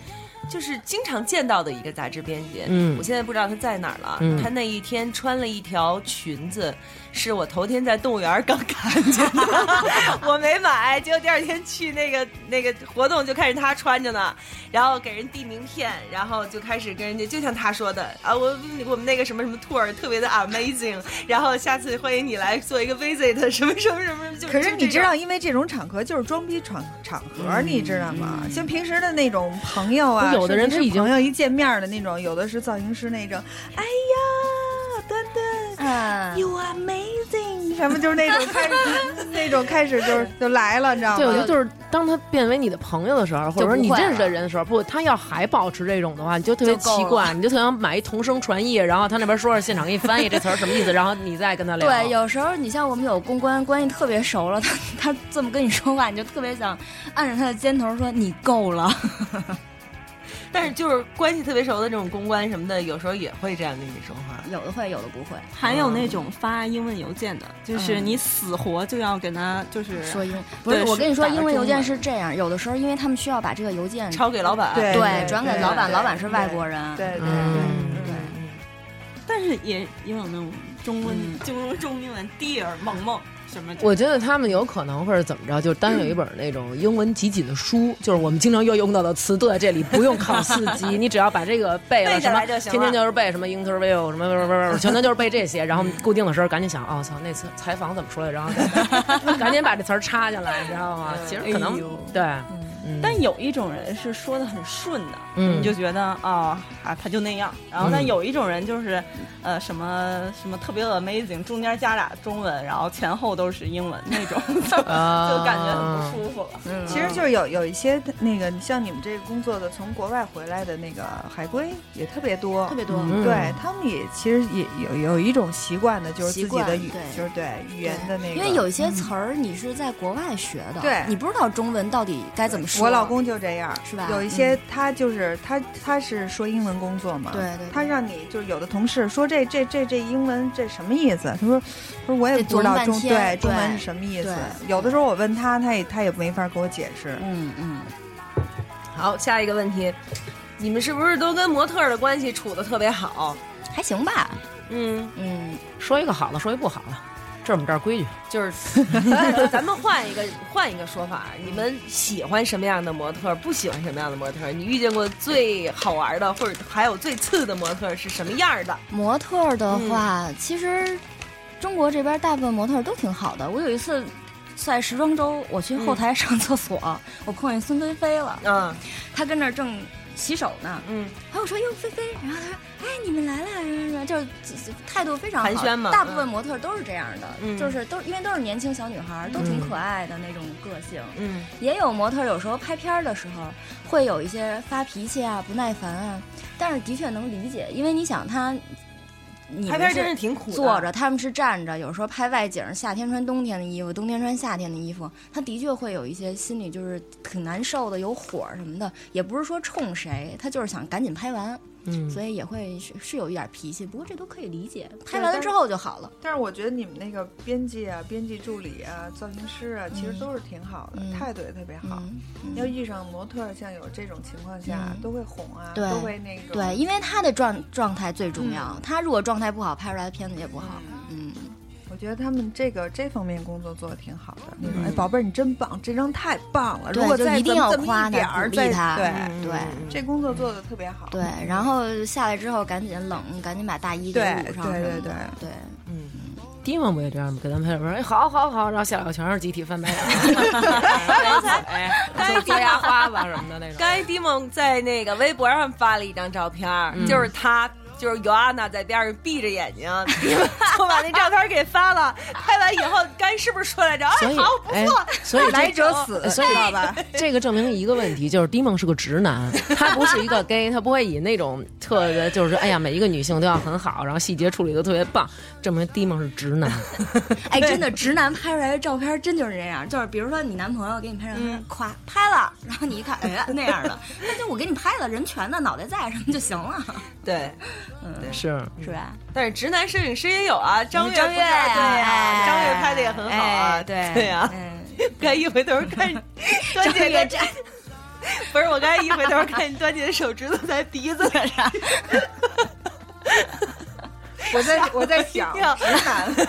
S5: 就是经常见到的一个杂志编辑，
S6: 嗯
S5: 我现在不知道他在哪儿了。
S6: 嗯
S5: 他那一天穿了一条裙子，是我头天在动物园儿刚看见的， 我没买，结果第二天去那个那个活动就看见他穿着呢，然后给人递名片，然后就开始跟人家，就像他说的啊，我我们那个什么什么 tour 特别的 amazing，然后下次欢迎你来做一个 visit，什么什么什么什么，就
S2: 可是
S5: 就
S2: 你
S5: 这
S2: 知
S5: 种
S2: 道，因为这种场合就是装逼场场合，你知道吗？像平时的那种朋友啊，
S6: 嗯有的人
S2: 甚
S6: 他
S2: 至
S6: 已
S2: 是
S6: 经
S2: 朋友一见面的那种，有的是造型师那种，哎呀，端端。
S6: 啊
S7: 嗯，
S2: You are amazing，什么 就是那种开始，那种开始就是就来了，你知道
S6: 对，我觉
S2: 吗？
S6: 得就是当他变为你的朋友的时候，或者说你认识的人的时候，不，他要还保持这种的话，你就特别
S7: 就够
S6: 奇
S7: 了
S6: 怪，你就特想买一同声传译，然后他那边说着现场给你翻译这词儿什么意思，然后你再跟他聊。
S7: 对，有时候你像我们有公关关系特别熟了，他他这么跟你说话，你就特别想按着他的肩头说你够了。
S5: 但是就是关系特别熟的这种公关什么的，有时候也会这样跟你说话。
S7: 有的会，有的不会。
S8: 还有那种发英文邮件的，就是你死活就要给他就是
S7: 说英不是，
S8: 对
S7: 我跟你说，
S8: 打个
S7: 英文邮
S8: 中
S7: 件
S8: 文
S7: 是这样，有的时候因为他们需要把这个邮件
S5: 抄给老板，
S2: 对
S7: 对转给老板，
S2: 对
S7: 老板是
S2: 对
S7: 外国人，
S2: 对对对
S6: 嗯
S2: 对
S8: 但是也也有那种中文、
S7: 嗯
S8: 中中英文 dear 萌萌什么
S6: 我觉得他们有可能或者怎么着，就是单有一本那种英文集锦的书，就是我们经常要用到的词都在这里，不用考四级，你只要把这个背
S5: 背
S6: 了
S5: 下
S6: 什么
S5: 来就，行了
S6: 天天就是背什么 interview 什么什么什么，全都就是背这些。然后固定的时候赶紧想，哦操，那次采访怎么说来着？然后赶紧把这词儿插进来，你知道吗？其实可能
S8: 哎呦
S6: 对，
S8: 但有一种人是说的很顺的，
S6: 嗯
S8: 你就觉得啊啊他就那样。然后，
S6: 嗯
S8: 但有一种人就是，呃，什么什么特别 amazing，中间加俩中文，然后前后都是英文那种， 就
S6: 啊
S8: 就感觉很不舒服了。
S7: 嗯，
S2: 其实就是有有一些那个，像你们这个工作的，从国外回来的那个海归也特别多，
S7: 特别多。
S6: 嗯
S2: 对他们也其实也有有一种习惯的，就是自
S7: 习
S2: 己
S7: 惯
S2: 的语，
S7: 对
S2: 就是对语言的那个。
S7: 因为有一些词儿你是在国外学的，
S2: 对
S7: 你不知道中文到底该怎么说。
S2: 我老，公就这样，
S7: 是吧嗯
S2: 有一些他就是他他是说英文工作嘛，
S7: 对对对
S2: 他让你就是有的同事说这这这这英文这什么意思？他说他说我也
S7: 得
S2: 不知道
S7: 琢磨
S2: 中
S7: 半天
S2: 对中文
S7: 对
S2: 是什么意思。
S7: 对
S2: 有的时候我问他，他也他也没法给我解释。
S7: 嗯嗯，
S5: 好，下一个问题，你们是不是都跟模特儿的关系处的特别好？
S7: 还行吧，
S5: 嗯，
S7: 嗯，
S6: 说一个好的，说一不好的，这是我们这儿规矩。
S5: 就是 咱咱们换一个换一个说法，你们喜欢什么样的模特儿，不喜欢什么样的模特儿？你遇见过最好玩的，或者还有最次的模特儿是什么样的？
S7: 模特儿的
S5: 嗯
S7: 话，其实中国这边大部分模特儿都挺好的。我有一次在时装周，我去后台上厕所，我碰见孙菲菲了，
S5: 嗯
S7: 她跟那儿正洗手呢。
S5: 嗯，
S7: 然后我说：“哟，菲菲。”然后她说：“哎，你们来了。”什么什么，就是态度非常好。
S5: 寒暄嘛
S7: 大部分模特儿都是这样的，
S5: 嗯
S7: 就是都因为都是年轻小女孩儿，都挺可爱的那种个性。
S5: 嗯，
S7: 也有模特儿有时候拍片儿的时候会有一些发脾气啊、不耐烦啊，但是的确能理解，因为你想他，你
S5: 拍
S7: 们
S5: 片儿真是
S7: 是
S5: 挺苦的，
S7: 坐着，他们是站着，有时候拍外景，夏天穿冬天的衣服，冬天穿夏天的衣服，他的确会有一些心里就是挺难受的，有火儿什么的，也不是说冲谁，他就是想赶紧拍完，
S6: 嗯，
S7: 所以也会是是有一点脾气，不过这都可以理解，拍完了之后就好了。
S2: 但是我觉得你们那个编辑啊、编辑助理啊、造型师啊，其实都是挺好的，
S7: 嗯
S2: 态度也特别好。
S7: 嗯，
S2: 要遇上模特儿，像有这种情况下，
S7: 嗯
S2: 都会哄啊，
S7: 对
S2: 都会那个
S7: 对，因为他的状状态最重要，他如果状态不好，拍出来的片子也不好。嗯
S2: 我我觉得他们这个这方面工作做的挺好的。那种哎，宝贝儿，你真棒，这张太棒
S7: 嗯
S2: 了！
S7: 对
S2: 如果
S7: 就
S2: 再
S7: 一定
S2: 怎么
S7: 要
S2: 怎么
S7: 夸
S2: 一点
S7: 他
S2: 儿，
S7: 鼓
S2: 再
S7: 励他
S2: 对
S7: 哎对
S5: 嗯
S2: 这工作做的特别好。
S7: 对，然后下来之后赶紧冷，赶紧把大衣给
S2: 对
S7: 捂上什么
S2: 对对
S7: 的，
S2: 对
S7: 对
S6: 迪蒙不也这样吗？给咱们配说，哎，好好好，然后下来全是集体翻白眼，
S5: 该
S6: 哎，呲牙花子什么的那种。
S5: 刚才 d 梦在那个微博上发了一张照片，
S7: 嗯
S5: 就是他。就是尤安娜在边上闭着眼 睛，就把那照片给发了。拍完以后，该是不是说来着？
S6: 所
S5: 哎，
S6: 以
S5: 好，不
S6: 哎
S5: 错。
S6: 所以这呃
S2: 来者死，
S6: 所以
S2: 知道吧？
S6: 这个证明一个问题，就是 d 梦是个直男，他不是一个 gay，他不会以那种特别就是说，哎呀，每一个女性都要很好，然后细节处理都特别棒，证明 d 梦是直男。
S7: 哎，真的，直男拍出来的照片真就是这样，就是比如说你男朋友给你拍照
S5: 嗯
S7: 片，夸拍了，然后你一看，哎呀那样的，那就我给你拍了，人全的，脑袋在什么就行了，
S5: 对，
S6: 是，
S7: 是吧？
S5: 但是直男摄影师也有啊，嗯张悦不是，
S7: 嗯张悦
S5: 对呀，
S7: 哎
S5: 张悦拍的也很好啊，
S7: 哎对
S5: 对 呀，
S7: 嗯，
S5: 刚才一回头看端
S7: 张
S5: 姐
S7: 悦
S5: 的
S7: 这，
S5: 不是我刚才一回头看你端姐的手指头在鼻子干啥？
S2: 我在我在想，
S5: 跳
S2: 直男。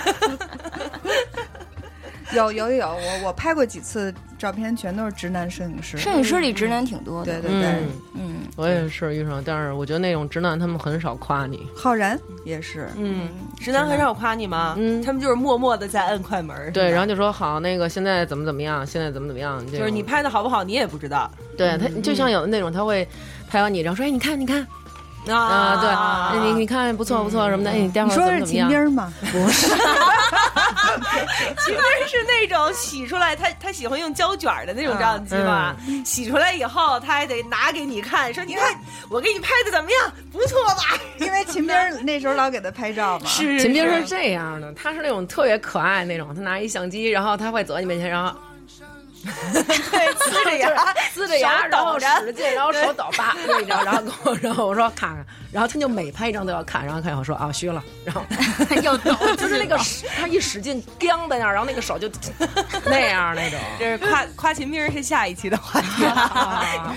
S2: 有有有，我我拍过几次照片，全都是直男摄影师。
S7: 摄影师里直男挺多
S2: 对
S7: 的，
S2: 对对
S6: 嗯，，
S7: 嗯，
S6: 我也是遇上，但是我觉得那种直男他们很少夸你，
S2: 浩然也是，
S5: 嗯，直男很少夸你吗？
S6: 嗯
S5: 他们就是默默的在摁快门儿，
S6: 对，
S5: 是吧
S6: 然后就说好，那个现在怎么怎么样，现在怎么怎么样，这种
S5: 就是你拍的好不好，你也不知道
S6: 对他就像有的那种他会拍完你，然后说哎你看你看啊
S5: 啊
S6: 对， 你你看不错不错什么的，哎你待
S2: 你
S6: 会儿
S2: 说
S6: 怎
S2: 的
S6: 么
S2: 是
S6: 怎么
S2: 秦
S6: 样
S2: 兵？儿吗？
S6: 不是，
S5: 其实是那种洗出来，他他喜欢用胶卷儿的那种照相机嘛，洗出来以后他还得拿给你看，说你看我给你拍的怎么样，不错吧？
S2: 因为秦兵儿那时候老给他拍照嘛。
S5: 是
S6: 秦兵是这样的，他是那种特别可爱那种，他拿一相机，然后他会走到你面前，然后
S5: 对，呲着牙，
S6: 呲着牙，
S5: 手
S6: 然后
S5: 抖着
S6: 使劲，然后手抖吧，那张，然后跟我，然后我说看看，然后他就每拍一张都要看，然后看我说啊虚了，然后 又抖，就是那个使他一使劲，僵在那儿，然后那个手就 那样那 种。
S5: 这是夸夸秦兵是下一期的话题。
S6: 啊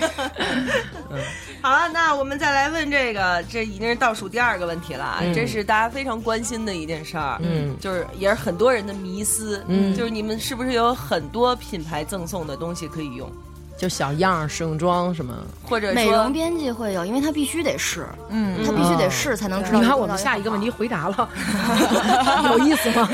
S5: 好了，那我们再来问这个，这已经是倒数第二个问题了啊，
S6: 嗯
S5: 这是大家非常关心的一件事儿，
S6: 嗯
S5: 就是也是很多人的迷思，
S6: 嗯
S5: 就是你们是不是有很多品牌赠送的东西可以用，
S6: 就小样儿、试用装什么。
S5: 或者
S7: 美容
S5: 说
S7: 编辑会有，因为他必须得试，
S2: 嗯，
S7: 他必须得试才能知道。
S6: 哦你看我们下一个问题回答 了，有意思吗？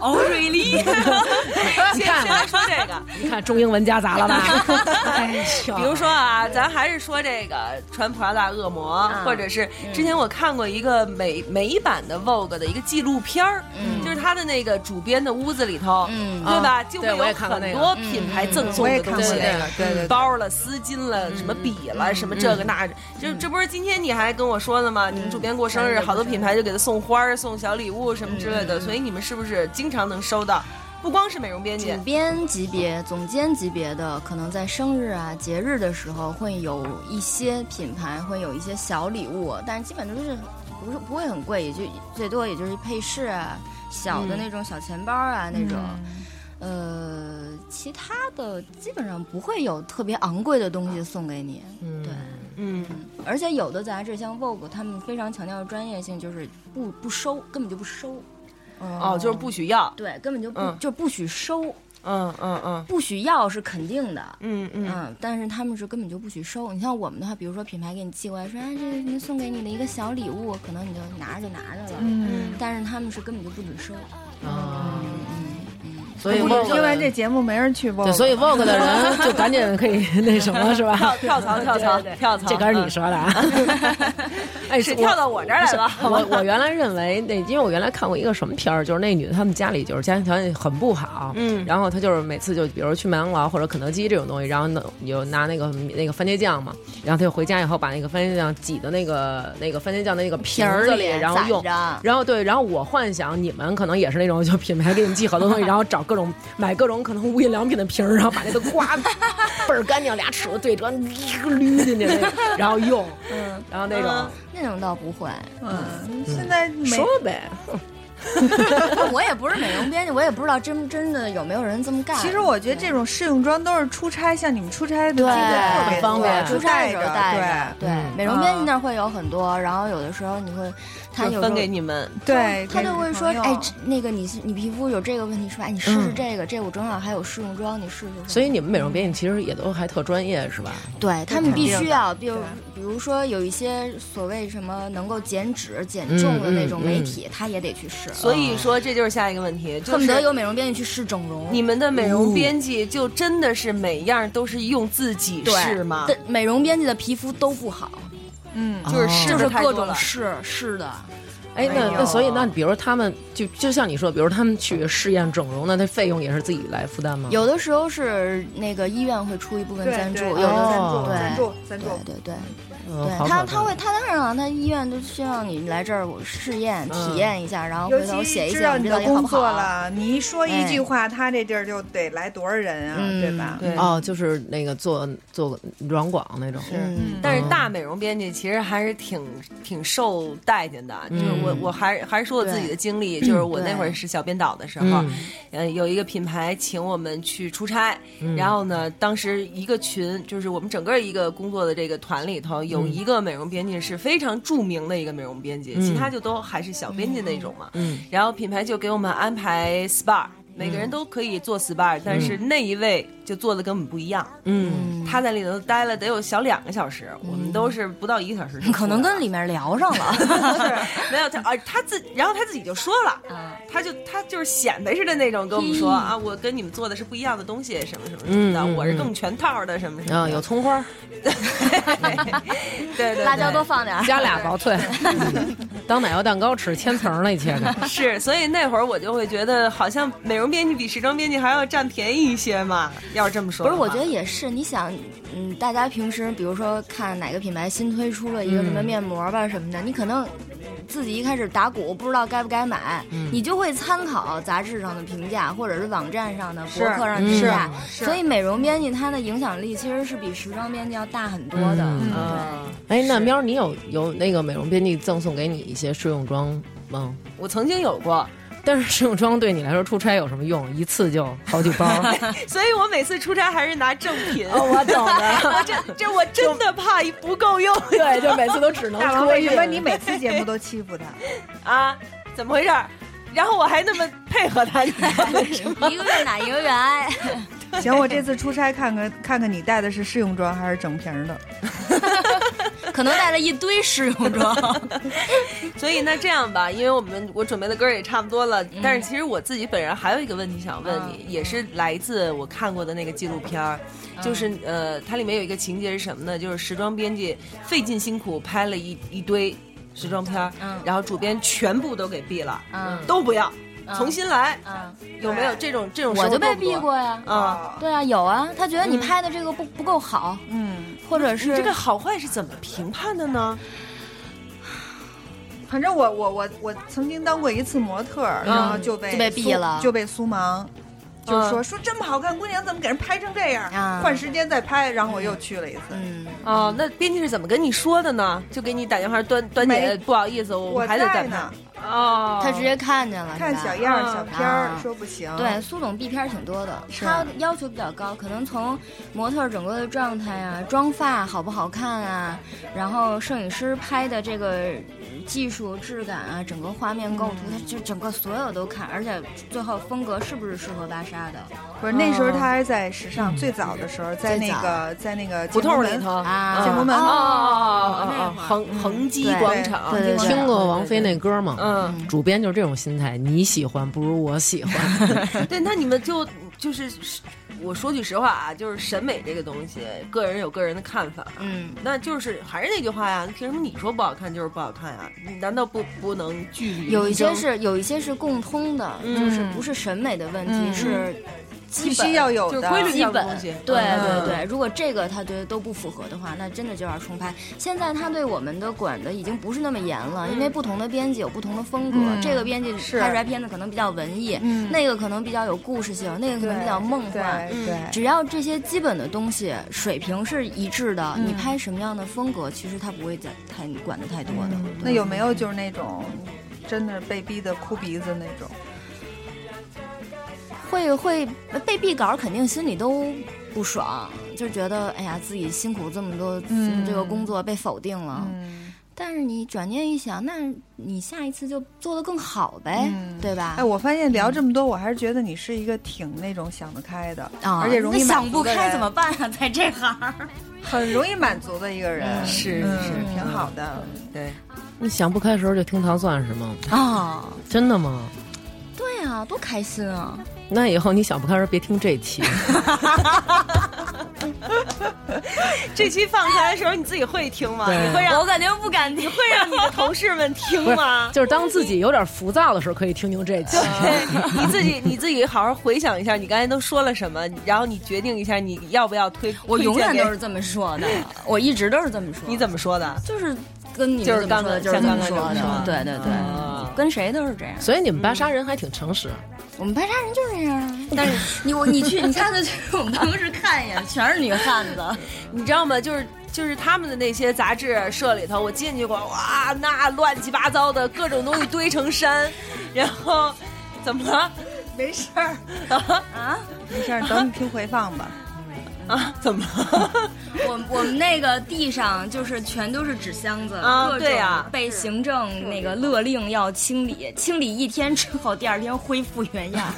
S5: 欧
S6: 哦
S5: 瑞丽，
S6: 你
S5: 先
S6: 看
S5: 先来说这个，
S6: 你看中英文夹杂了吧？ 哎呀
S5: 比如说啊，咱还是说这个穿 Prada 恶魔，
S2: 啊
S5: 或者是
S2: 嗯
S5: 之前我看过一个美美版的 Vogue 的一个纪录片儿，
S2: 嗯
S5: 就是他的那个主编的屋子里头，
S7: 嗯
S5: 对
S2: 啊
S5: 吧？
S6: 嗯
S5: 就会
S6: 对
S5: 有
S6: 我也看过那
S5: 很
S6: 个
S5: 多品牌赠送
S2: 嗯我
S5: 的
S2: 也看
S5: 东
S2: 过
S5: 西，
S2: 那个，对对嗯对，
S5: 包了、丝巾了、什么笔了、什么这个那，就
S2: 嗯
S5: 这不是今天你还跟我说的吗？你们主编过生日，好多品牌就给他送花儿、送小礼物什么之
S2: 嗯
S5: 类的，所以你们是不是经常能收到？不光是美容编辑
S7: 主，编级别、总监级别的，可能在生日啊、节日的时候会有一些品牌会有一些小礼物，但是基本都是不是不会很贵，也就最多也就是配饰啊、小
S6: 嗯
S7: 的那种小钱包啊、那种。呃，其他的基本上不会有特别昂贵的东西送给你，对。
S5: 嗯，
S7: 而且有的杂志像 Vogue，他们非常强调专业性，就是不不收，根本就不收，
S2: 嗯
S5: 哦，就是不许要，
S7: 对，根本就不、
S5: 嗯
S7: 就不许收，
S5: 嗯嗯嗯
S7: 不许要是肯定的，
S5: 嗯嗯。
S7: 嗯，但是他们是根本就不许收。你像我们的话，比如说品牌给你寄过来说，哎，这是您送给你的一个小礼物，可能你就拿着就拿着了。
S2: 嗯，
S7: 但是他们是根本就不准收。
S6: 啊，所以
S7: 嗯
S2: 不过
S6: Vogue
S2: 听完这节目没人去
S6: 对，
S2: Vogue，
S6: 所以 Vogue 的人就赶紧可以 那什么是吧？
S5: 跳槽跳槽跳槽，嗯
S6: 这可是你说的啊！哎，
S5: 是
S6: 是
S5: 跳到我这儿来了
S6: 我我原来认为那，因为我原来看过一个什么片儿，就是那女的他们家里就是家庭条件很不好，
S5: 嗯
S6: 然后她就是每次就比如去麦当劳或者肯德基这种东西，然后呢有拿那个那个番茄酱嘛，然后她就回家以后把那个番茄酱挤到那个那个番茄酱的那个瓶子里，然后用
S7: 攒着
S6: 然后对，然后我幻想你们可能也是那种，就品牌给你们寄好多东西，然后找各种买各种可能无印良品的瓶儿，然后把那个刮 倍儿干净，俩尺子对折，捋进去那个，然后用，嗯，然后那种
S7: 那种倒不会，
S2: 嗯，现在没
S6: 说呗，
S7: 我也不是美容编辑，我也不知道真真的有没有人这么干。
S2: 其实我觉得这种试用装都是出差，像你们出差的
S7: 对
S2: 机会特别
S6: 很方便
S2: 多
S7: 出差的时候
S2: 带
S7: 带着，对，美容编辑那儿会有很多，然后有的时候你会他有时
S5: 分
S7: 候
S5: 给你们，
S2: 对，
S7: 他
S2: 给
S7: 就会
S2: 朋
S7: 说，
S2: 友
S7: 哎，这那个你你皮肤有这个问题是吧？哎你试试这个，这我正好还有试用装，你试试。
S6: 所以你们美容编辑其实也都还特专业，是吧？
S7: 对他们必须要，比如
S2: 对
S7: 比如说有一些所谓什么能够减脂减重的那种媒体，他也得去试，
S5: 所以说这就是下一个问题，就
S7: 啊恨不得
S5: 是
S7: 有美哦容编辑去试整容。
S5: 你们的美容编辑就真的是每样都是用自己
S7: 对
S5: 试吗？
S7: 但美容编辑的皮肤都不好，
S2: 嗯，
S5: 就是
S7: 就
S5: 试
S7: 是
S5: 的太
S7: 各
S5: 多
S7: 种
S5: 了。
S7: 试试的，
S6: 哎，那那所以那比如他们就就像你说，比如他们去试验整容，那这费用也是自己来负担吗？
S7: 有的时候是那个医院会出一部分
S2: 嗯对
S7: 赞助，
S2: 对
S7: 有
S6: 哦
S7: 的对
S2: 赞助赞助赞助，
S7: 对对对。
S6: 嗯
S7: 对
S6: 好
S7: 他，
S6: 可
S7: 他
S6: 怕
S7: 会，他当然了，他医院都希望你来这儿我试验、体验一下，然后
S2: 嗯尤
S7: 回头写
S2: 其
S7: 一
S2: 知
S7: 写，
S2: 道
S7: 我
S2: 你
S7: 这
S2: 的
S7: 到底好
S2: 工
S7: 不
S2: 作
S7: 好？
S2: 了，你一说一
S7: 哎
S2: 句话，他这地儿就得来多少人啊，
S7: 嗯
S2: 对吧？
S5: 对
S6: 哦，就是那个做做软广那种，
S7: 嗯，
S5: 但是大美容编辑其实还是挺挺受待见的，就是
S7: 嗯
S5: 我我还还是说我自己的经历，就是我那会儿是小编导的时候，
S6: 嗯
S5: 呃，有一个品牌请我们去出差，
S7: 嗯
S5: 然后呢，当时一个群，就是我们整个一个工作的这个团里头，
S7: 嗯
S5: 有一个美容编辑是非常著名的一个美容编辑，
S7: 嗯
S5: 其他就都还是小编辑那种嘛。
S6: 嗯
S5: 然后品牌就给我们安排 SPA，每
S7: 嗯
S5: 个人都可以做 SPA，、但是那一位就做的跟我们不一样。
S6: 嗯，
S5: 他在里头待了得有小两个小时，我们都是不到一个小时就出来了。
S7: 嗯可能跟里面聊上 了，
S5: 没有他啊，他自然后他自己就说了，他就他就是显摆似的那种跟我们说啊，我跟你们做的是不一样的东西，什么什么什么
S6: 嗯
S5: 的，
S6: 嗯
S5: 我是更全套的，什么什
S6: 啊、
S5: 么的。
S6: 有葱 花儿，
S5: 对对对，
S7: 辣椒多放 点儿。
S6: 加俩薄脆， 当奶油蛋糕吃，千层了一切给。
S5: 是，所以那会儿我就会觉得，好像美容编辑比时装编辑还要占便宜一些嘛。要是这么说
S7: 不
S5: 的
S7: 是，
S5: 话，
S7: 我觉得也是。你想，嗯，大家平时比如说看哪个品牌新推出了一个什么面膜吧什么的，你可能自己一开始打鼓，不知道该不该买，你就会参考杂志上的评价，或者是网站上的、博客上的评价。所以美容编辑它的影响力其实是比时装编辑要大很多的。
S6: 嗯
S5: 嗯，
S6: 哎，那喵儿，你有有那个美容编辑赠送给你一些试用装吗？
S5: 我曾经有过，
S6: 但是试用装对你来说出差有什么用？一次就好几包。
S5: 所以我每次出差还是拿正品。
S6: 我 懂
S5: 我
S6: 了，
S5: 这这我真的怕一不够用
S6: 对，就每次都只能
S2: 大王
S6: 托
S2: 为什
S6: 运
S2: 么你每次节目都欺负 他？
S5: 啊，怎么回事儿？然后我还那么配合他，你知道为什么？
S7: 一个愿打一个愿挨，
S2: 行，我这次出差看看看看你带的是试用装还是整瓶儿的？
S7: 可能带了一堆试用装。
S5: 所以那这样吧，因为我们我准备的歌儿也差不多了，
S7: 嗯
S5: 但是其实我自己本人还有一个问题想问你，也是来自我看过的那个纪录片儿，
S7: 嗯
S5: 就是呃，它里面有一个情节是什么呢？就是时装编辑费尽辛苦拍了一一堆时装片儿，
S7: 嗯
S5: 然后主编全部都给毙了，
S7: 嗯
S5: 都不要，重新来，
S7: 嗯，
S5: 有没有这种这种？
S7: 我就被毙过。呀。
S5: 啊，
S7: 对啊，有啊，他觉得你拍的这个不不够好，
S2: 嗯，
S7: 或者是
S5: 你这个好坏是怎么评判的呢？
S7: 嗯
S2: 反正我我我我曾经当过一次模特儿，然后就被
S7: 嗯就被毙
S2: 苏
S7: 了嗯
S2: 就被苏芒。就是说说这么好看姑娘怎么给人拍成这样？
S7: 啊
S2: 换时间再拍，然后我又去了一次。
S7: 嗯。
S5: 哦，那编辑是怎么跟你说的呢？就给你打电话，端端姐，
S2: 没
S5: 不好意思，我
S2: 我
S5: 还得
S2: 在
S5: 再拍。
S2: 呢，
S5: 哦，
S7: 他直接看见了，
S2: 看
S7: 是吧
S2: 小样儿、
S5: 啊
S2: 小片儿，
S7: 啊
S2: 说不行。
S7: 对，苏总 B 片儿挺多的，
S2: 是
S7: 他要求比较高，可能从模特儿整个的状态啊、妆发好不好看啊，然后摄影师拍的这个技术质感啊，整个画面构图，
S2: 嗯
S7: 他就整个所有都看，而且最后风格是不是适合芭莎的
S2: 不是那时候他还在时尚，最早的时候在
S7: 嗯最
S2: 那
S7: 早
S2: 个在那个
S5: 胡
S2: 建国
S5: 同里
S2: 门
S5: 头
S7: 啊？
S2: 建国门
S5: 哦哦
S2: 口那
S5: 哦
S2: 会
S5: 哦，
S2: 儿
S5: 横横基
S7: 对
S5: 广场，
S7: 对对对
S6: 听过王菲那歌吗？
S5: 嗯，
S6: 主编就是这种心态，你喜欢不如我喜欢。
S5: 对，那你们就就是，我说句实话啊，就是审美这个东西，个人有个人的看法。
S7: 嗯，
S5: 那就是还是那句话呀，凭什么你说不好看就是不好看呀？你难道不不能据理力
S7: 有一些
S2: 嗯
S5: 争
S7: 是有一些是共通的，就是不是审美的问题，是基
S2: 嗯必
S7: 本
S2: 须要有
S5: 就是
S2: 的
S5: 规律
S7: 基
S5: 性的
S7: 本
S5: 东西
S7: 对
S5: 嗯
S7: 对对，如果这个他觉得都不符合的话，那真的就要重拍。现在他对我们的管的已经不是那么严了，因为不同的编辑有不同的风格，
S2: 嗯
S7: 这个编辑
S2: 是
S7: 拍出来片子可能比较文艺，
S2: 嗯
S7: 那个可能比较有故事性，那个可
S2: 对
S7: 能比较梦幻。嗯
S2: 对对，
S7: 只要这些基本的东西水平是一致的，
S2: 嗯
S7: 你拍什么样的风格，其实他不会再太管的太多的。
S2: 那有没有就是那种真的被逼的哭鼻子那种？
S7: 会会被毙稿，肯定心里都不爽，就觉得哎呀，自己辛苦这么多，
S2: 嗯
S7: 这个工作被否定了。
S2: 嗯，
S7: 但是你转念一想，那你下一次就做得更好呗，
S2: 嗯
S7: 对吧？
S2: 哎，我发现聊这么多，我还是觉得你是一个挺那种想得开的，
S7: 啊，
S2: 而且容易
S7: 那
S2: 满
S7: 想
S2: 足
S7: 不
S2: 的
S7: 开
S2: 人
S7: 怎么办啊？ 在这行儿，
S2: 很容易满足的一个人，
S5: 是
S2: 嗯
S5: 是
S2: 挺好 的。对，
S6: 你想不开的时候就听糖蒜是吗？
S7: 啊，
S6: 真的吗？
S7: 对啊，多开心啊！
S6: 那以后你想不开的时候别听这期，
S5: 这期放出来的时候，你自己会听吗？
S6: 对
S5: 你会让
S7: 我感觉不敢听，
S5: 你会让你的同事们听
S6: 不是
S5: 吗？
S6: 就是当自己有点浮躁的时候可以听听这期。
S5: 对，你自己你自己好好回想一下，你刚才都说了什么，然后你决定一下你要不要推。
S7: 我永远
S5: 推荐
S7: 都
S5: 给
S7: 是这么说的，我一直都是这么说。
S5: 你怎么说的？
S7: 就是跟你
S5: 就是
S7: 这么说的
S5: 刚
S7: 就是这
S5: 像
S7: 么
S5: 刚才这
S7: 说
S5: 么
S7: 的，
S5: 说嗯啊
S7: 对对对，跟谁都是这样。
S6: 所以你们巴沙人还挺诚实，啊
S7: 我们班杀人就是这样啊。但是 你我你去你下次去我们办公室看一眼，全是女汉子。
S5: 你知道吗？就是就是他们的那些杂志社里头，我进去过，哇，那乱七八糟的各种东西堆成山，然后怎么了？没事儿啊
S2: 没事儿，等你听回放吧。
S5: 啊，怎么了？
S7: 我我们那个地上就是全都是纸箱子，
S5: 啊
S7: 各
S5: 对
S7: 种
S5: 呀
S7: 被行政那个勒令要清理，清理一天之后，第二天恢复原 样，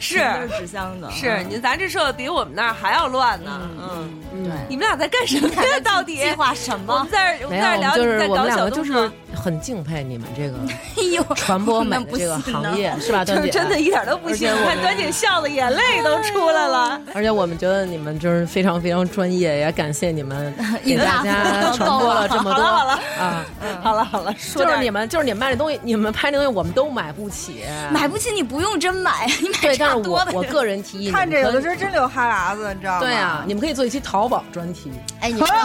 S5: 是
S7: 全都是纸箱子。
S5: 是，你的杂志社比我们那儿还要乱呢。嗯，
S7: 嗯对，
S5: 你们俩在干什么呀？ 到底
S7: 计划什
S5: 我
S7: 么
S5: 们？在这儿我
S6: 没
S5: 们
S6: 有，
S5: 在这儿
S6: 我们就是我们
S5: 聊，你在搞
S6: 两
S5: 小
S6: 个就
S5: 动
S6: 是
S5: 作，
S6: 很敬佩你们这个
S7: 哎呦，
S6: 传播美
S7: 那
S6: 的
S7: 不
S6: 这个
S7: 行啊
S6: 行
S7: 呢
S6: 业，是吧，端
S5: 就
S6: 姐？
S5: 真的一点都不行。看短姐笑的眼泪都出来了。
S6: 而且我们觉得你们就是非常非常专业，也感谢你们给
S7: 引
S6: 大
S7: 大
S6: 家传播了这么多。
S5: 好了
S6: 啊，
S5: 好了好了，说
S6: 就是
S5: 点
S6: 你们，就是你们卖这东西，你们拍这东西，我们都买不起。
S7: 买不起你不用真买，你买
S6: 对，但
S7: 差
S6: 是
S7: 不多
S6: 我
S7: 呗
S6: 我个人提议，
S2: 看着有的时
S6: 候。
S2: 候真流哈喇子，你知道吗？
S6: 对啊，你们可以做一期淘宝专题，
S7: 哎，你 知道，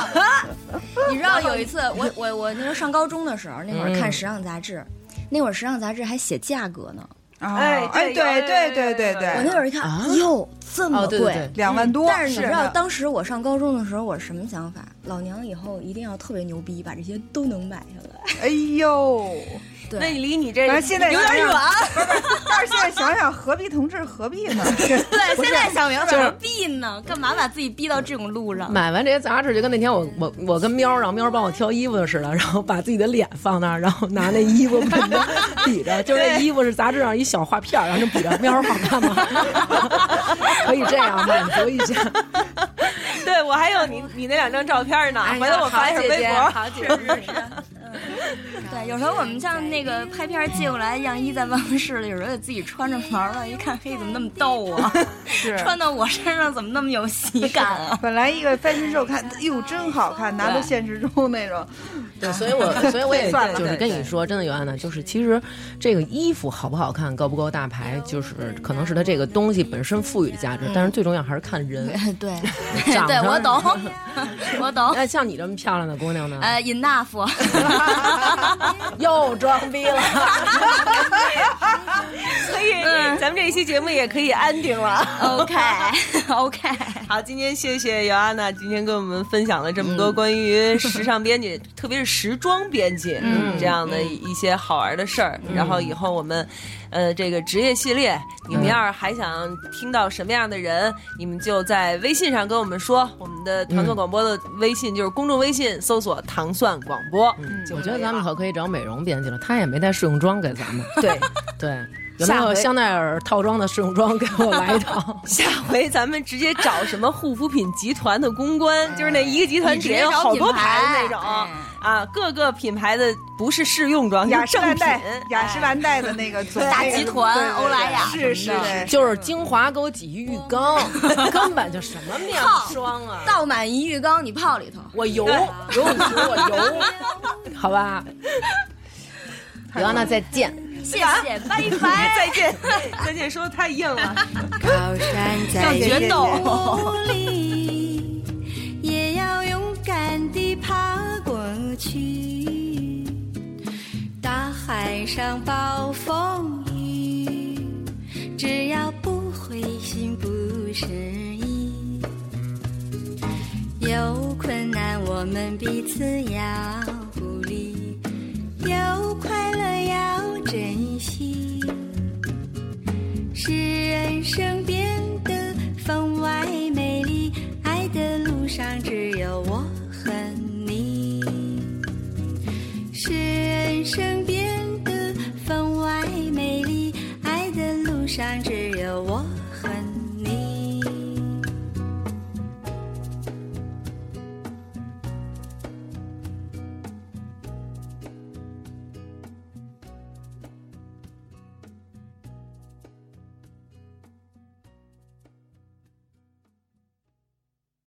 S7: 你知道有一次，我我我那时候上高中的时候，那会儿
S6: 嗯
S7: 看时尚杂志，那会儿时尚杂志还写价格呢。
S2: 啊，
S5: 哎
S2: 哎，
S5: 对
S2: 对对
S5: 对
S2: 对对
S5: 对
S7: 我那会
S2: 对，
S7: 儿一看
S6: 啊，
S7: 哟，这么
S6: 哦对对对
S7: 贵。
S2: 两万多。
S7: 嗯但是你知道，
S2: 的
S7: 当时我上高中的时候，我是什么想法？老娘以后一定要特别牛逼，把这些都能买下来。
S2: 哎呦，
S5: 那
S7: 对
S5: 你离你这
S2: 反正现在
S5: 有点
S2: 想
S5: 远。
S2: 想 但是现在想想，何必同志何必 呢？
S7: 对，现在想明白
S6: 是
S7: 了，逼呢？干嘛把自己逼到这种路上？
S6: 买完这些杂志，就跟那天我我我跟喵儿，让喵儿帮我挑衣服似的，然后把自己的脸放那儿，然后拿那衣 服喷着比着，就是那衣服是杂志上一小画片儿，然后就比着喵儿好看吗？ 可以这样满足一下。
S5: 对我还有你你那两张照片呢，回头我发一下微博。嗯哎好姐姐，
S7: 对，有时候我们像那个拍片儿借过来样衣在办公室里，有时候也自己穿着玩玩，一看嘿，怎么那么逗啊？
S2: 是
S7: 穿到我身上怎么那么有喜感啊？
S2: 本来一个 fashion show 看，哎呦真好看，拿到现实中那种，
S6: 对，所以我所以我也
S2: 算了
S6: 就是
S2: 对
S6: 跟你说，真的有安娜，就是其实这个衣服好不好看，够不够大牌，就是可能是它这个东西本身赋予的价值，但是最重要还是看人。
S7: 对，
S6: 长
S7: 对
S6: 得
S7: 我懂，我懂。
S6: 那像你这么漂亮的姑娘呢，
S7: 呃，enough，
S6: 又装逼了。
S5: 所以嗯咱们这一期节目也可以安定了。
S7: OK OK，
S5: 好，今天谢谢姚安娜，今天跟我们分享了这么多关于时尚编辑，特别是时装编辑这样的一些好玩的事儿。然后以后我们，呃，这个职业系列，你们要是还想听到什么样的人，你们就在微信上跟我们说。我们的糖蒜广播的微信就是公众微信，搜索“糖蒜广播”就
S6: 我
S5: 可
S6: 觉
S5: 以了。
S6: 得咱们可可以找美容编辑了，她也没带试用装给咱们。
S5: 对。
S6: 对，有没
S5: 下回？
S6: 有香奈儿套装的试用装给我来一套
S5: 下回咱们直接找什么护肤品集团的公
S2: 嗯
S5: 关，就是那一个集团底下有好多
S2: 哎
S5: 牌子那种
S7: 哎
S5: 啊，各个品牌的不是试用装，
S2: 雅
S5: 是
S2: 诗
S5: 正
S2: 兰
S5: 品哎
S2: 黛，雅诗兰黛的那个总
S7: 哎大
S2: 那个
S7: 集团
S2: 对对对
S7: 欧莱雅
S2: 是是
S7: 什么的
S2: 是，
S6: 就是精华给我挤一浴缸， 根本就什么面霜啊！
S7: 倒满一浴缸，你泡里 头。
S6: 我游游泳池，我游，好 吧。刘安娜再见。
S7: 谢谢，拜拜。
S5: 啊 再见，再见，说的太硬了。
S4: 靠山在
S2: 对
S7: 决斗。
S4: 努力，也要勇敢地爬过去。大海上暴风雨，只要不灰心不失意。有困难我们彼此要鼓励，有快乐要珍惜。使人生变得分外美丽。爱的路上只有我和你，
S7: 生变得分外美丽，爱的路上只。